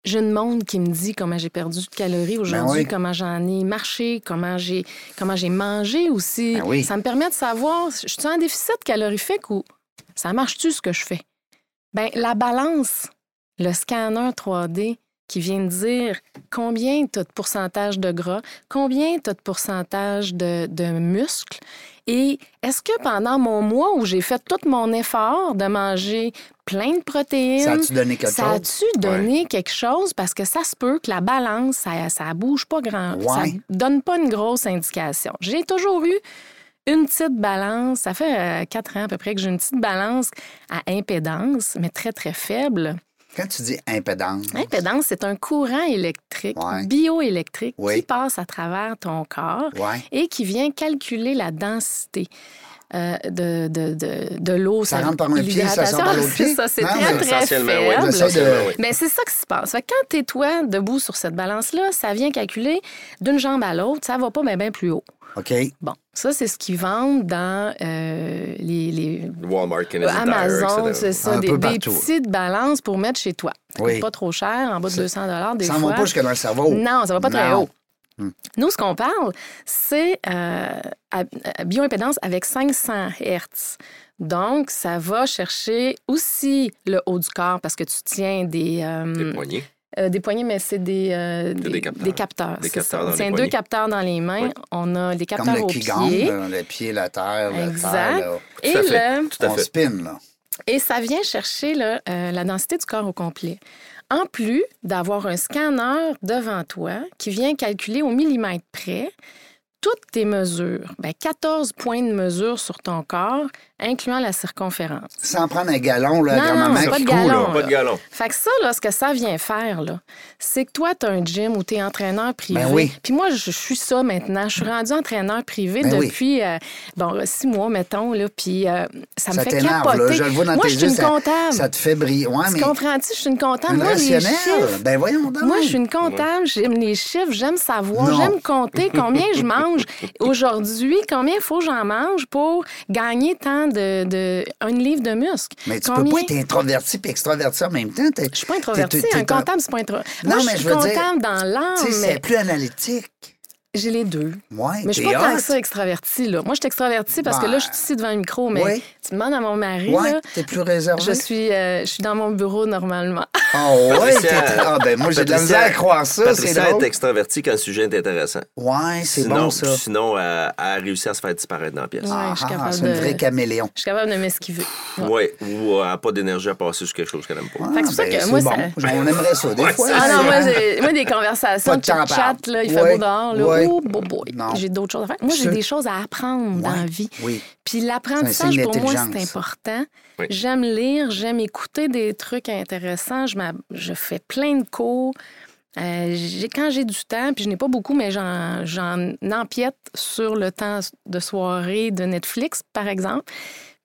Speaker 2: j'ai une monde qui me dit comment j'ai perdu de calories aujourd'hui,
Speaker 1: Ben oui.
Speaker 2: comment j'en ai marché, comment j'ai comment j'ai mangé aussi.
Speaker 1: Ben oui.
Speaker 2: Ça me permet de savoir, je suis en déficit calorifique ou ça marche-tu ce que je fais? Ben la balance, le scanner 3D qui vient de dire combien tu as de pourcentage de gras, combien tu as de pourcentage de, de muscles et est-ce que pendant mon mois où j'ai fait tout mon effort de manger plein de protéines,
Speaker 1: Ça a-tu donné quelque
Speaker 2: ça
Speaker 1: chose?
Speaker 2: a-tu donné quelque chose? Parce que ça se peut que la balance, ça, ça bouge pas grand. Ça
Speaker 1: Ouais.
Speaker 2: donne pas une grosse indication. J'ai toujours eu une petite balance. Ça fait euh, quatre ans à peu près que j'ai une petite balance à impédance, mais très, très faible.
Speaker 1: Quand tu dis impédance,
Speaker 2: L'impédance, Hein, c'est un courant électrique,
Speaker 1: Ouais.
Speaker 2: bioélectrique,
Speaker 1: Oui.
Speaker 2: qui passe à travers ton corps
Speaker 1: ouais.
Speaker 2: et qui vient calculer la densité. euh, de, de, de, de l'eau.
Speaker 1: Ça rentre par un pied, ça sort par l'autre pied.
Speaker 2: [laughs] Ça, c'est
Speaker 1: Non,
Speaker 2: très,
Speaker 1: mais-
Speaker 2: très
Speaker 3: Essentiellement, oui.
Speaker 2: faible.
Speaker 1: J'essaie de-
Speaker 3: Euh, oui.
Speaker 2: Mais c'est ça qui se passe. Fait que quand t'es toi debout sur cette balance-là, ça vient calculer d'une jambe à l'autre, ça va pas bien ben plus haut.
Speaker 1: OK.
Speaker 2: Bon, ça, c'est ce qu'ils vendent dans euh, les, les-
Speaker 3: Walmart, Canadian
Speaker 2: Euh,
Speaker 3: Tire,
Speaker 2: Amazon,
Speaker 3: etc.
Speaker 2: c'est ça,
Speaker 1: Un
Speaker 2: des,
Speaker 1: peu
Speaker 2: des
Speaker 1: partout.
Speaker 2: petites balances pour mettre chez toi. Ça
Speaker 1: Oui.
Speaker 2: coûte pas trop cher, en bas de 200 dollars des
Speaker 1: Ça ne
Speaker 2: fois.
Speaker 1: va pas jusque dans le cerveau.
Speaker 2: Non, ça va pas très
Speaker 1: Non. Hmm.
Speaker 2: haut. Nous, ce qu'on parle, c'est euh, à- à bioimpédance avec 500 Hertz. Donc, ça va chercher aussi le haut du corps parce que tu tiens des, euh,
Speaker 3: Des poignées.
Speaker 2: euh, des poignées, mais c'est des, euh,
Speaker 3: des capteurs.
Speaker 2: capteurs.
Speaker 3: Des
Speaker 2: c'est
Speaker 3: capteurs
Speaker 2: ça.
Speaker 3: dans
Speaker 2: On
Speaker 3: les
Speaker 2: tient deux
Speaker 3: poignées.
Speaker 2: capteurs dans les mains.
Speaker 3: Oui.
Speaker 2: On a des
Speaker 1: Comme
Speaker 2: capteurs
Speaker 1: le
Speaker 2: aux
Speaker 1: Qigong,
Speaker 2: pieds.
Speaker 1: là, le pied, la terre, le
Speaker 2: Exact.
Speaker 1: terre, là.
Speaker 2: Et,
Speaker 3: à fait.
Speaker 2: le-
Speaker 3: Tout à
Speaker 1: On
Speaker 3: fait.
Speaker 1: spin, là.
Speaker 2: et ça vient chercher là, euh, la densité du corps au complet. En plus d'avoir un scanner devant toi qui vient calculer au millimètre près toutes tes mesures, ben 14 points de mesure sur ton corps, incluant la circonférence.
Speaker 1: Sans prendre un galon, là,
Speaker 2: Non, non,
Speaker 1: grand-maman
Speaker 2: pas
Speaker 1: qui
Speaker 2: de
Speaker 1: coule,
Speaker 2: galon.
Speaker 1: là.
Speaker 2: Bon,
Speaker 3: Pas de
Speaker 2: là.
Speaker 3: galon.
Speaker 2: Fait que ça, là, ce que ça vient faire, là, c'est que toi, tu as un gym ou tu es entraîneur privé.
Speaker 1: Ben oui.
Speaker 2: Puis moi, je suis ça maintenant. Je suis rendue entraîneur privé
Speaker 1: Ben oui.
Speaker 2: depuis, euh, bon, six mois, mettons, là, puis euh, ça me
Speaker 1: Ça
Speaker 2: fait
Speaker 1: t'énerve, là.
Speaker 2: capoter.
Speaker 1: Je le vois dans
Speaker 2: moi,
Speaker 1: tes
Speaker 2: je suis
Speaker 1: yeux.
Speaker 2: une
Speaker 1: ça-
Speaker 2: comptable.
Speaker 1: Ça te fait briller. Ouais, mais.
Speaker 2: Tu comprends-tu? Je suis une comptable.
Speaker 1: Un
Speaker 2: Moi, les
Speaker 1: rationnel.
Speaker 2: chiffres.
Speaker 1: Ben voyons donc.
Speaker 2: Moi, je suis une comptable, j'aime les chiffres, j'aime savoir,
Speaker 1: Non.
Speaker 2: j'aime
Speaker 1: [laughs]
Speaker 2: compter combien je mange aujourd'hui, combien il faut que j'en mange pour gagner tant de, de un livre de muscle.
Speaker 1: Mais tu peux
Speaker 2: Combien-
Speaker 1: pas être introverti et extraverti en même temps.
Speaker 2: Je suis pas introvertie, un comptable, c'est pas introverti.
Speaker 1: Non,
Speaker 2: Moi,
Speaker 1: mais
Speaker 2: je suis
Speaker 1: je veux dire,
Speaker 2: comptable dans l'âme,
Speaker 1: Tu sais, c'est
Speaker 2: mais
Speaker 1: plus analytique.
Speaker 2: J'ai les deux.
Speaker 1: Ouais,
Speaker 2: Mais je suis
Speaker 1: t'es
Speaker 2: pas tant que
Speaker 1: hot.
Speaker 2: ça extravertie, là. Moi, je suis extravertie parce que
Speaker 1: Ben,
Speaker 2: là, je suis ici devant le micro, mais
Speaker 1: ouais.
Speaker 2: tu demandes à mon mari,
Speaker 1: Ouais,
Speaker 2: là,
Speaker 1: t'es plus réservé.
Speaker 2: je suis, euh, je suis dans mon bureau normalement. [laughs]
Speaker 1: Ah ouais, t'es...
Speaker 3: Patricia-
Speaker 1: Ah ben moi, j'ai de la
Speaker 3: Patricia-
Speaker 1: misère à croire ça, c'est
Speaker 3: Patricia
Speaker 1: drôle.
Speaker 3: est extravertie quand le sujet est intéressant.
Speaker 1: Ouais, c'est
Speaker 3: sinon,
Speaker 1: bon, ça.
Speaker 3: Sinon, euh, elle a réussi à se faire disparaître dans la pièce.
Speaker 2: Ouais, je suis
Speaker 1: Ah,
Speaker 2: capable
Speaker 1: c'est une
Speaker 2: de-
Speaker 1: vraie caméléon.
Speaker 2: Je suis capable de m'esquiver. Ouais.
Speaker 3: Ouais, ou euh, elle n'a pas d'énergie à passer sur quelque chose qu'elle n'aime pas.
Speaker 1: Ah,
Speaker 2: Fait que c'est pour ça
Speaker 1: ben,
Speaker 2: que moi,
Speaker 1: bon.
Speaker 2: ça-
Speaker 1: On aimerait ça, des
Speaker 3: Ouais,
Speaker 1: fois.
Speaker 3: c'est-
Speaker 2: Ah non, moi,
Speaker 1: hein.
Speaker 2: j'ai- moi, des
Speaker 1: Pas
Speaker 2: conversations,
Speaker 1: de temps à
Speaker 2: chat, chat,
Speaker 1: perdre.
Speaker 2: là, il
Speaker 1: Ouais.
Speaker 2: fait beau dehors, là,
Speaker 1: Ouais.
Speaker 2: oh, beau boy.
Speaker 1: Non.
Speaker 2: J'ai d'autres choses à faire. Moi,
Speaker 1: Sûr.
Speaker 2: j'ai des choses à apprendre dans
Speaker 1: Ouais.
Speaker 2: la vie.
Speaker 1: Oui.
Speaker 2: Puis
Speaker 1: C'est un
Speaker 2: l'apprentissage,
Speaker 1: signe
Speaker 2: pour moi, c'est
Speaker 1: d'intelligence.
Speaker 2: important.
Speaker 3: Oui.
Speaker 2: J'aime lire, j'aime écouter des trucs intéressants. Je, m'ab- je fais plein de cours. Euh, j'ai- quand j'ai du temps, puis je n'ai pas beaucoup, mais j'en, j'en empiète sur le temps de soirée de Netflix, par exemple.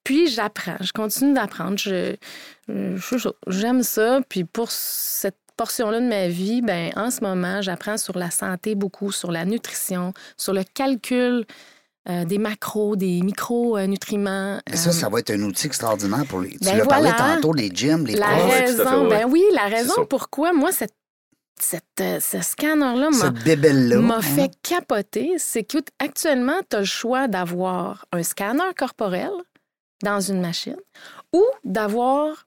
Speaker 2: Puis j'apprends, je continue d'apprendre. Je, euh, je- je- j'aime ça. Puis pour cette portion-là de ma vie, ben, en ce moment, j'apprends sur la santé beaucoup, sur la nutrition, sur le calcul euh, des macros, des micronutriments.
Speaker 1: Mais ça, ça va être un outil extraordinaire pour les.
Speaker 2: ben
Speaker 1: tu l'as parlé
Speaker 2: voilà.
Speaker 1: tantôt, les gyms, les
Speaker 2: La
Speaker 3: Ah ouais,
Speaker 1: profs.
Speaker 3: tout à fait,
Speaker 2: raison,
Speaker 3: ouais.
Speaker 2: ben oui, la
Speaker 3: C'est ça.
Speaker 2: raison pourquoi moi, cette, cette, euh, ce scanner-là m'a
Speaker 1: Cette bébelle-là.
Speaker 2: m'a
Speaker 1: hein.
Speaker 2: fait capoter, c'est qu'actuellement, tu as le choix d'avoir un scanner corporel dans une machine ou d'avoir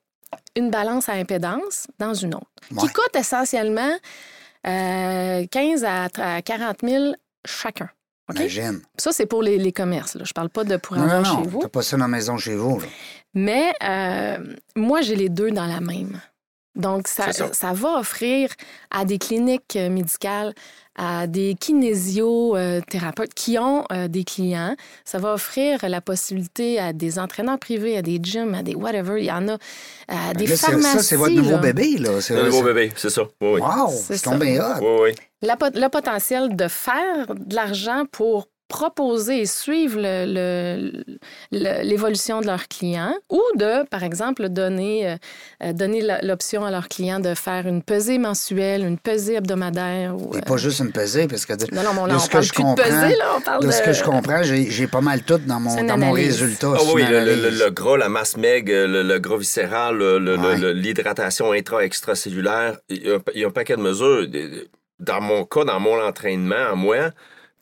Speaker 2: une balance à impédance dans une autre,
Speaker 1: Ouais.
Speaker 2: qui coûte essentiellement euh, 15 à t- à 40 000 chacun. OK?
Speaker 1: Imagine.
Speaker 2: Ça, c'est pour les, les commerces. Là. Je parle pas de pour
Speaker 1: Non, non,
Speaker 2: avoir
Speaker 1: non.
Speaker 2: chez vous.
Speaker 1: T'as pas ça dans la maison chez vous. là.
Speaker 2: Mais euh, moi, j'ai les deux dans la même. Donc, ça,
Speaker 3: C'est ça.
Speaker 2: ça. va offrir à des cliniques euh, médicales, à des kinésiothérapeutes qui ont euh, des clients, ça va offrir la possibilité à des entraîneurs privés, à des gyms, à des whatever, il y en a, euh, à des
Speaker 1: Ben Là, c'est-
Speaker 2: pharmacies.
Speaker 1: Ça, c'est votre nouveau
Speaker 2: là.
Speaker 1: bébé. là. C'est
Speaker 3: C'est un nouveau bébé, c'est ça. Oui, oui.
Speaker 1: Wow,
Speaker 2: C'est
Speaker 1: c'est tombé hot.
Speaker 3: Oui, oui.
Speaker 2: La pot- le potentiel de faire de l'argent pour proposer et suivre le- le- le- l'évolution de leurs clients ou de, par exemple, donner, euh, euh, donner la- l'option à leurs clients de faire une pesée mensuelle, une pesée hebdomadaire. Ou,
Speaker 1: Et
Speaker 2: euh,
Speaker 1: pas juste une pesée, parce que de,
Speaker 2: non, non, mais on,
Speaker 1: de
Speaker 2: on
Speaker 1: ce que
Speaker 2: parle
Speaker 1: je
Speaker 2: plus de pesée,
Speaker 1: comprends-
Speaker 2: là, on parle de...
Speaker 1: de ce que je comprends, j'ai j'ai pas mal tout dans
Speaker 2: C'est
Speaker 1: mon,
Speaker 2: une
Speaker 1: dans mon
Speaker 2: analyse.
Speaker 1: résultat.
Speaker 3: Ah
Speaker 1: c'est
Speaker 3: oui,
Speaker 1: une
Speaker 3: le, le- le-
Speaker 1: analyse.
Speaker 3: le gras, la masse maigre, le, le gras viscéral, le- le-
Speaker 1: Ouais.
Speaker 3: le- l'hydratation intra-extracellulaire, il y, a un, pa- il y a un paquet de mesures. Dans mon cas, dans mon entraînement, à moi,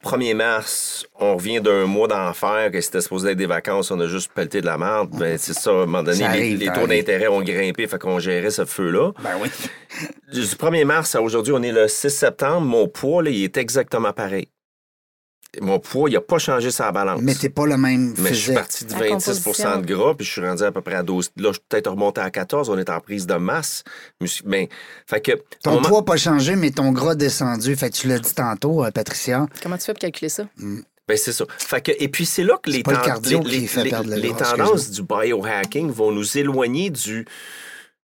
Speaker 3: 1er mars, on revient d'un mois d'enfer, que c'était supposé être des vacances, on a juste pelleté de la merde. Ben, c'est ça, à un moment donné,
Speaker 1: Ça
Speaker 3: les,
Speaker 1: arrive,
Speaker 3: les
Speaker 1: ça
Speaker 3: taux
Speaker 1: arrive.
Speaker 3: d'intérêt ont grimpé, fait qu'on gérait ce feu-là.
Speaker 1: Ben oui.
Speaker 3: Du 1er mars à aujourd'hui, on est le 6 septembre, mon poids, là, il est exactement pareil. Mon poids, il n'a pas changé sa balance.
Speaker 1: Mais t'es pas le même
Speaker 3: Mais je suis
Speaker 1: physique.
Speaker 3: parti de
Speaker 2: La
Speaker 3: 26
Speaker 2: composition.
Speaker 3: de gras, puis je suis rendu à peu près à 12. Là, je suis peut-être remonté à 14. On est en prise de masse. Mais, je- mais- fait que.
Speaker 1: Ton
Speaker 3: on m'a-
Speaker 1: poids n'a pas changé, mais ton gras descendu. Fait que tu l'as dit tantôt, euh, Patricia.
Speaker 2: Comment tu fais pour calculer ça?
Speaker 3: Ben, c'est ça. Fait que, et puis, c'est là que les,
Speaker 1: pas le
Speaker 3: ten-
Speaker 1: cardio
Speaker 3: les-
Speaker 1: qui
Speaker 3: les-
Speaker 1: fait
Speaker 3: les-
Speaker 1: perdre le
Speaker 3: les
Speaker 1: gras,
Speaker 3: tendances du biohacking vont nous éloigner du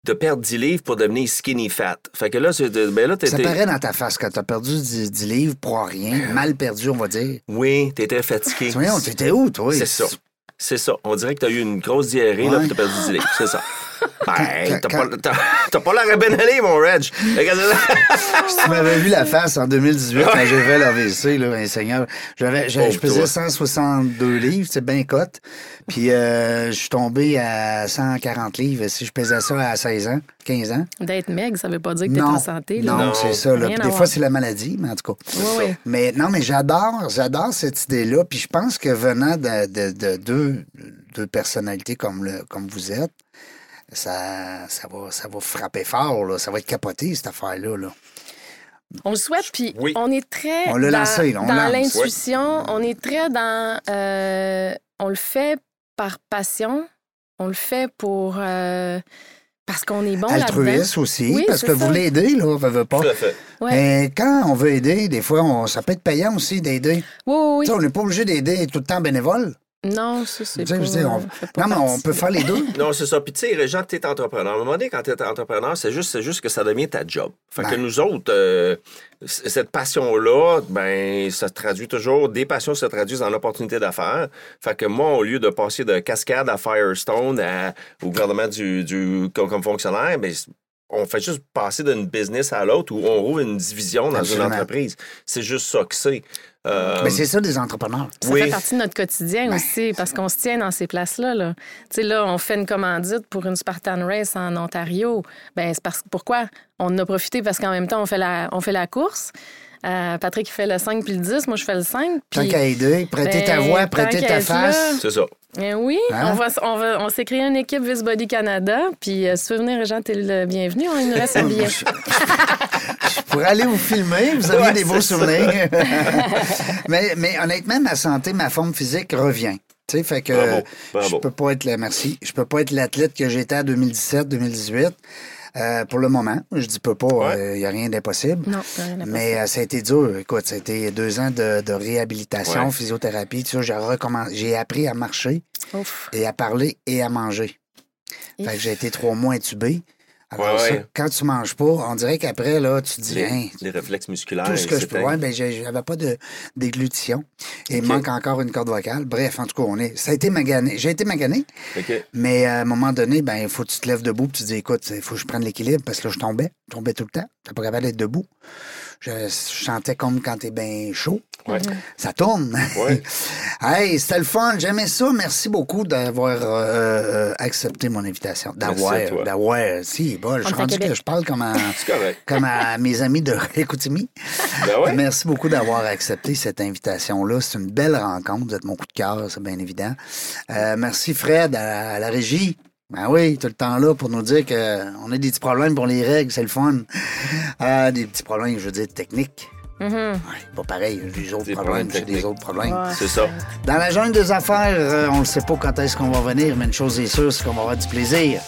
Speaker 3: de perdre 10 livres pour devenir skinny fat. Fait que là, c'est de- ben là, t'es-
Speaker 1: Ça
Speaker 3: t'es-
Speaker 1: paraît dans ta face que t'as perdu 10, 10 livres pour rien. Mal perdu, on va dire.
Speaker 3: Oui, t'étais fatigué.
Speaker 1: Voyons, t'étais où, toi?
Speaker 3: Euh, C'est ça. C'est ça. On dirait que t'as eu une grosse diarrhée,
Speaker 1: Ouais.
Speaker 3: là, puis t'as perdu 10 livres. C'est ça. Ben, t'as pas,
Speaker 1: [laughs] quand-
Speaker 3: t'as- t'as pas l'air à ben aller, mon
Speaker 1: [laughs]
Speaker 3: Reg.
Speaker 1: Si tu m'avais vu la face en 2018 quand j'ai fait l'AVC, là, ben, Seigneur, j'avais, j'avais- je
Speaker 3: Pauvre toi.
Speaker 1: pesais 162 livres, c'est bien cote. Puis euh, je suis tombé à 140 livres. Si je pesais ça à 16 ans, 15 ans.
Speaker 2: D'être maigre, ça veut pas dire que t'es en santé. là.
Speaker 1: non,
Speaker 3: Non.
Speaker 1: c'est ça. là. Puis
Speaker 2: Rien à
Speaker 1: Des
Speaker 2: voir.
Speaker 1: fois, c'est la maladie, mais en tout cas.
Speaker 2: Ouais, ouais.
Speaker 1: Mais non, mais j'adore, j'adore cette idée-là. Puis je pense que venant de, de- de deux, deux personnalités comme, le, comme vous êtes, ça, ça, va, ça va frapper fort, là. ça va être capoté, cette affaire-là. Là.
Speaker 2: On le souhaite, puis
Speaker 3: Oui.
Speaker 2: on est très
Speaker 1: On l'a
Speaker 2: dans,
Speaker 1: lancé, là, on
Speaker 2: dans
Speaker 1: lance.
Speaker 2: l'intuition, on est très dans... euh, on le fait par passion, on le fait pour... euh, parce qu'on est bon là-dedans.
Speaker 1: Altruiste aussi,
Speaker 2: Oui,
Speaker 1: parce
Speaker 2: c'est
Speaker 1: que vous
Speaker 2: ça.
Speaker 1: voulez aider, là, veut, veut pas.
Speaker 3: Tout à fait.
Speaker 2: Ouais.
Speaker 1: Mais quand on veut aider, des fois, on, ça peut être payant aussi d'aider.
Speaker 2: Oui,
Speaker 1: Tu
Speaker 2: oui,
Speaker 1: sais,
Speaker 2: oui.
Speaker 1: On n'est pas obligé d'aider tout le temps bénévole.
Speaker 2: Non, ça, c'est
Speaker 1: Tu sais,
Speaker 2: pas...
Speaker 1: je veux dire, on-
Speaker 2: fait pas
Speaker 1: Non, mais on
Speaker 2: partie.
Speaker 1: peut faire les deux.
Speaker 3: Non, c'est ça. Puis, tu sais, Régent, tu es entrepreneur. À un moment donné, quand tu es entrepreneur, c'est juste, c'est juste que ça devient ta job. Fait que
Speaker 1: Ouais.
Speaker 3: nous autres, euh, c- cette passion-là, ben, ça se traduit toujours. Des passions se traduisent dans l'opportunité d'affaires. Fait que moi, au lieu de passer de Cascade à Firestone à- au gouvernement du, du- comme, comme fonctionnaire, ben, c- on fait juste passer d'une business à l'autre ou on rouvre une division dans
Speaker 1: Absolument.
Speaker 3: une entreprise. C'est juste ça que c'est. Euh,
Speaker 1: Mais c'est ça, des entrepreneurs.
Speaker 2: Ça
Speaker 3: oui.
Speaker 2: fait partie de notre quotidien
Speaker 1: Ben,
Speaker 2: aussi, parce qu'on se tient dans ces places-là. Là. Tu sais, là, on fait une commandite pour une Spartan Race en Ontario. Ben, c'est parce pourquoi? On en a profité parce qu'en même temps, on fait la, on fait la course. Euh, Patrick, il fait le 5 puis le 10. Moi, je fais le 5.
Speaker 1: Tant
Speaker 2: Puis,
Speaker 1: qu'à aider, prêter
Speaker 2: Ben,
Speaker 1: ta voix,
Speaker 2: tant
Speaker 1: prêter
Speaker 2: qu'à
Speaker 1: ta
Speaker 2: être là.
Speaker 1: face.
Speaker 3: C'est ça.
Speaker 2: Eh oui,
Speaker 1: Hein?
Speaker 2: on, va, s- on, va, on s'est créé une équipe Vice Body Canada. Puis, euh, si tu veux venir, Jean, t'es le bienvenu. On
Speaker 1: [laughs]
Speaker 2: il nous
Speaker 1: Oh,
Speaker 2: reste un billet.
Speaker 1: Pour aller vous filmer, vous avez
Speaker 3: Ouais,
Speaker 1: des beaux
Speaker 3: c'est ça.
Speaker 1: souvenirs. [laughs] mais, mais honnêtement, ma santé, ma forme physique revient. Tu sais, fait que
Speaker 3: Bravo,
Speaker 1: euh, je
Speaker 3: bravo.
Speaker 1: peux pas être la merci. Je peux pas être l'athlète que j'étais en 2017-2018 euh, pour le moment. Je dis peux pas, il
Speaker 3: Ouais.
Speaker 1: n'y a rien d'impossible.
Speaker 2: Non, t'as rien à penser.
Speaker 1: Mais euh, ça a été dur. Écoute, ça a été deux ans de, de réhabilitation,
Speaker 3: Ouais.
Speaker 1: physiothérapie. Tu sais, j'ai recommen- j'ai appris à marcher
Speaker 2: Ouf.
Speaker 1: et à parler et à manger.
Speaker 2: If.
Speaker 1: Fait que j'ai été trois mois intubé. Alors
Speaker 3: Ouais,
Speaker 1: ça,
Speaker 3: ouais.
Speaker 1: quand tu manges pas, on dirait qu'après, là, tu te dis, Hein,
Speaker 3: Les, les réflexes musculaires.
Speaker 1: tout ce que je peux.
Speaker 3: c'était-
Speaker 1: Ouais, ben, j'ai- j'avais pas de déglutition. Et il
Speaker 3: Ok.
Speaker 1: manque encore une corde vocale. Bref, en tout cas, on est. Ça a été magané. J'ai été magané,
Speaker 3: OK.
Speaker 1: mais euh, à un moment donné, ben, il faut que tu te lèves debout et tu te dis, écoute, il faut que je prenne l'équilibre parce que là, je tombais. Je tombais tout le temps. T'es pas capable d'être debout. Je, je sentais comme quand t'es bien chaud.
Speaker 3: Ouais.
Speaker 1: Ça tourne.
Speaker 3: Ouais.
Speaker 1: [laughs] hey, c'était le fun. J'aimais ça. Merci beaucoup d'avoir euh, euh, accepté mon invitation. D'avoir.
Speaker 3: Merci à toi.
Speaker 1: D'avoir. Si, bon, je
Speaker 2: On
Speaker 1: suis
Speaker 2: est à
Speaker 1: rendu
Speaker 2: Québec.
Speaker 1: que je parle comme un.
Speaker 3: [laughs] C'est correct.
Speaker 1: comme à mes amis de [laughs] Récoutimi.
Speaker 3: Ben ouais.
Speaker 1: Merci beaucoup d'avoir accepté cette invitation-là. C'est une belle rencontre. Vous êtes mon coup de cœur, c'est bien évident. Euh, merci Fred à, à la régie. Ben oui, tout le temps là pour nous dire qu'on a des petits problèmes pour les règles, c'est le fun. Euh, des petits problèmes, je veux dire, techniques.
Speaker 2: Mhm.
Speaker 1: Ouais, pas pareil, des autres problèmes,
Speaker 3: Des problèmes
Speaker 1: c'est des
Speaker 3: techniques.
Speaker 1: autres problèmes.
Speaker 2: Ouais.
Speaker 3: C'est ça.
Speaker 1: Dans la jungle des affaires, euh, on ne sait pas quand est-ce qu'on va venir, mais une chose est sûre, c'est qu'on va avoir du plaisir.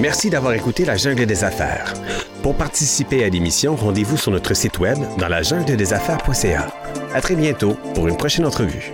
Speaker 4: Merci d'avoir écouté La Jungle des Affaires. Pour participer à l'émission, rendez-vous sur notre site web dans la jungle des affaires.ca. À très bientôt pour une prochaine entrevue.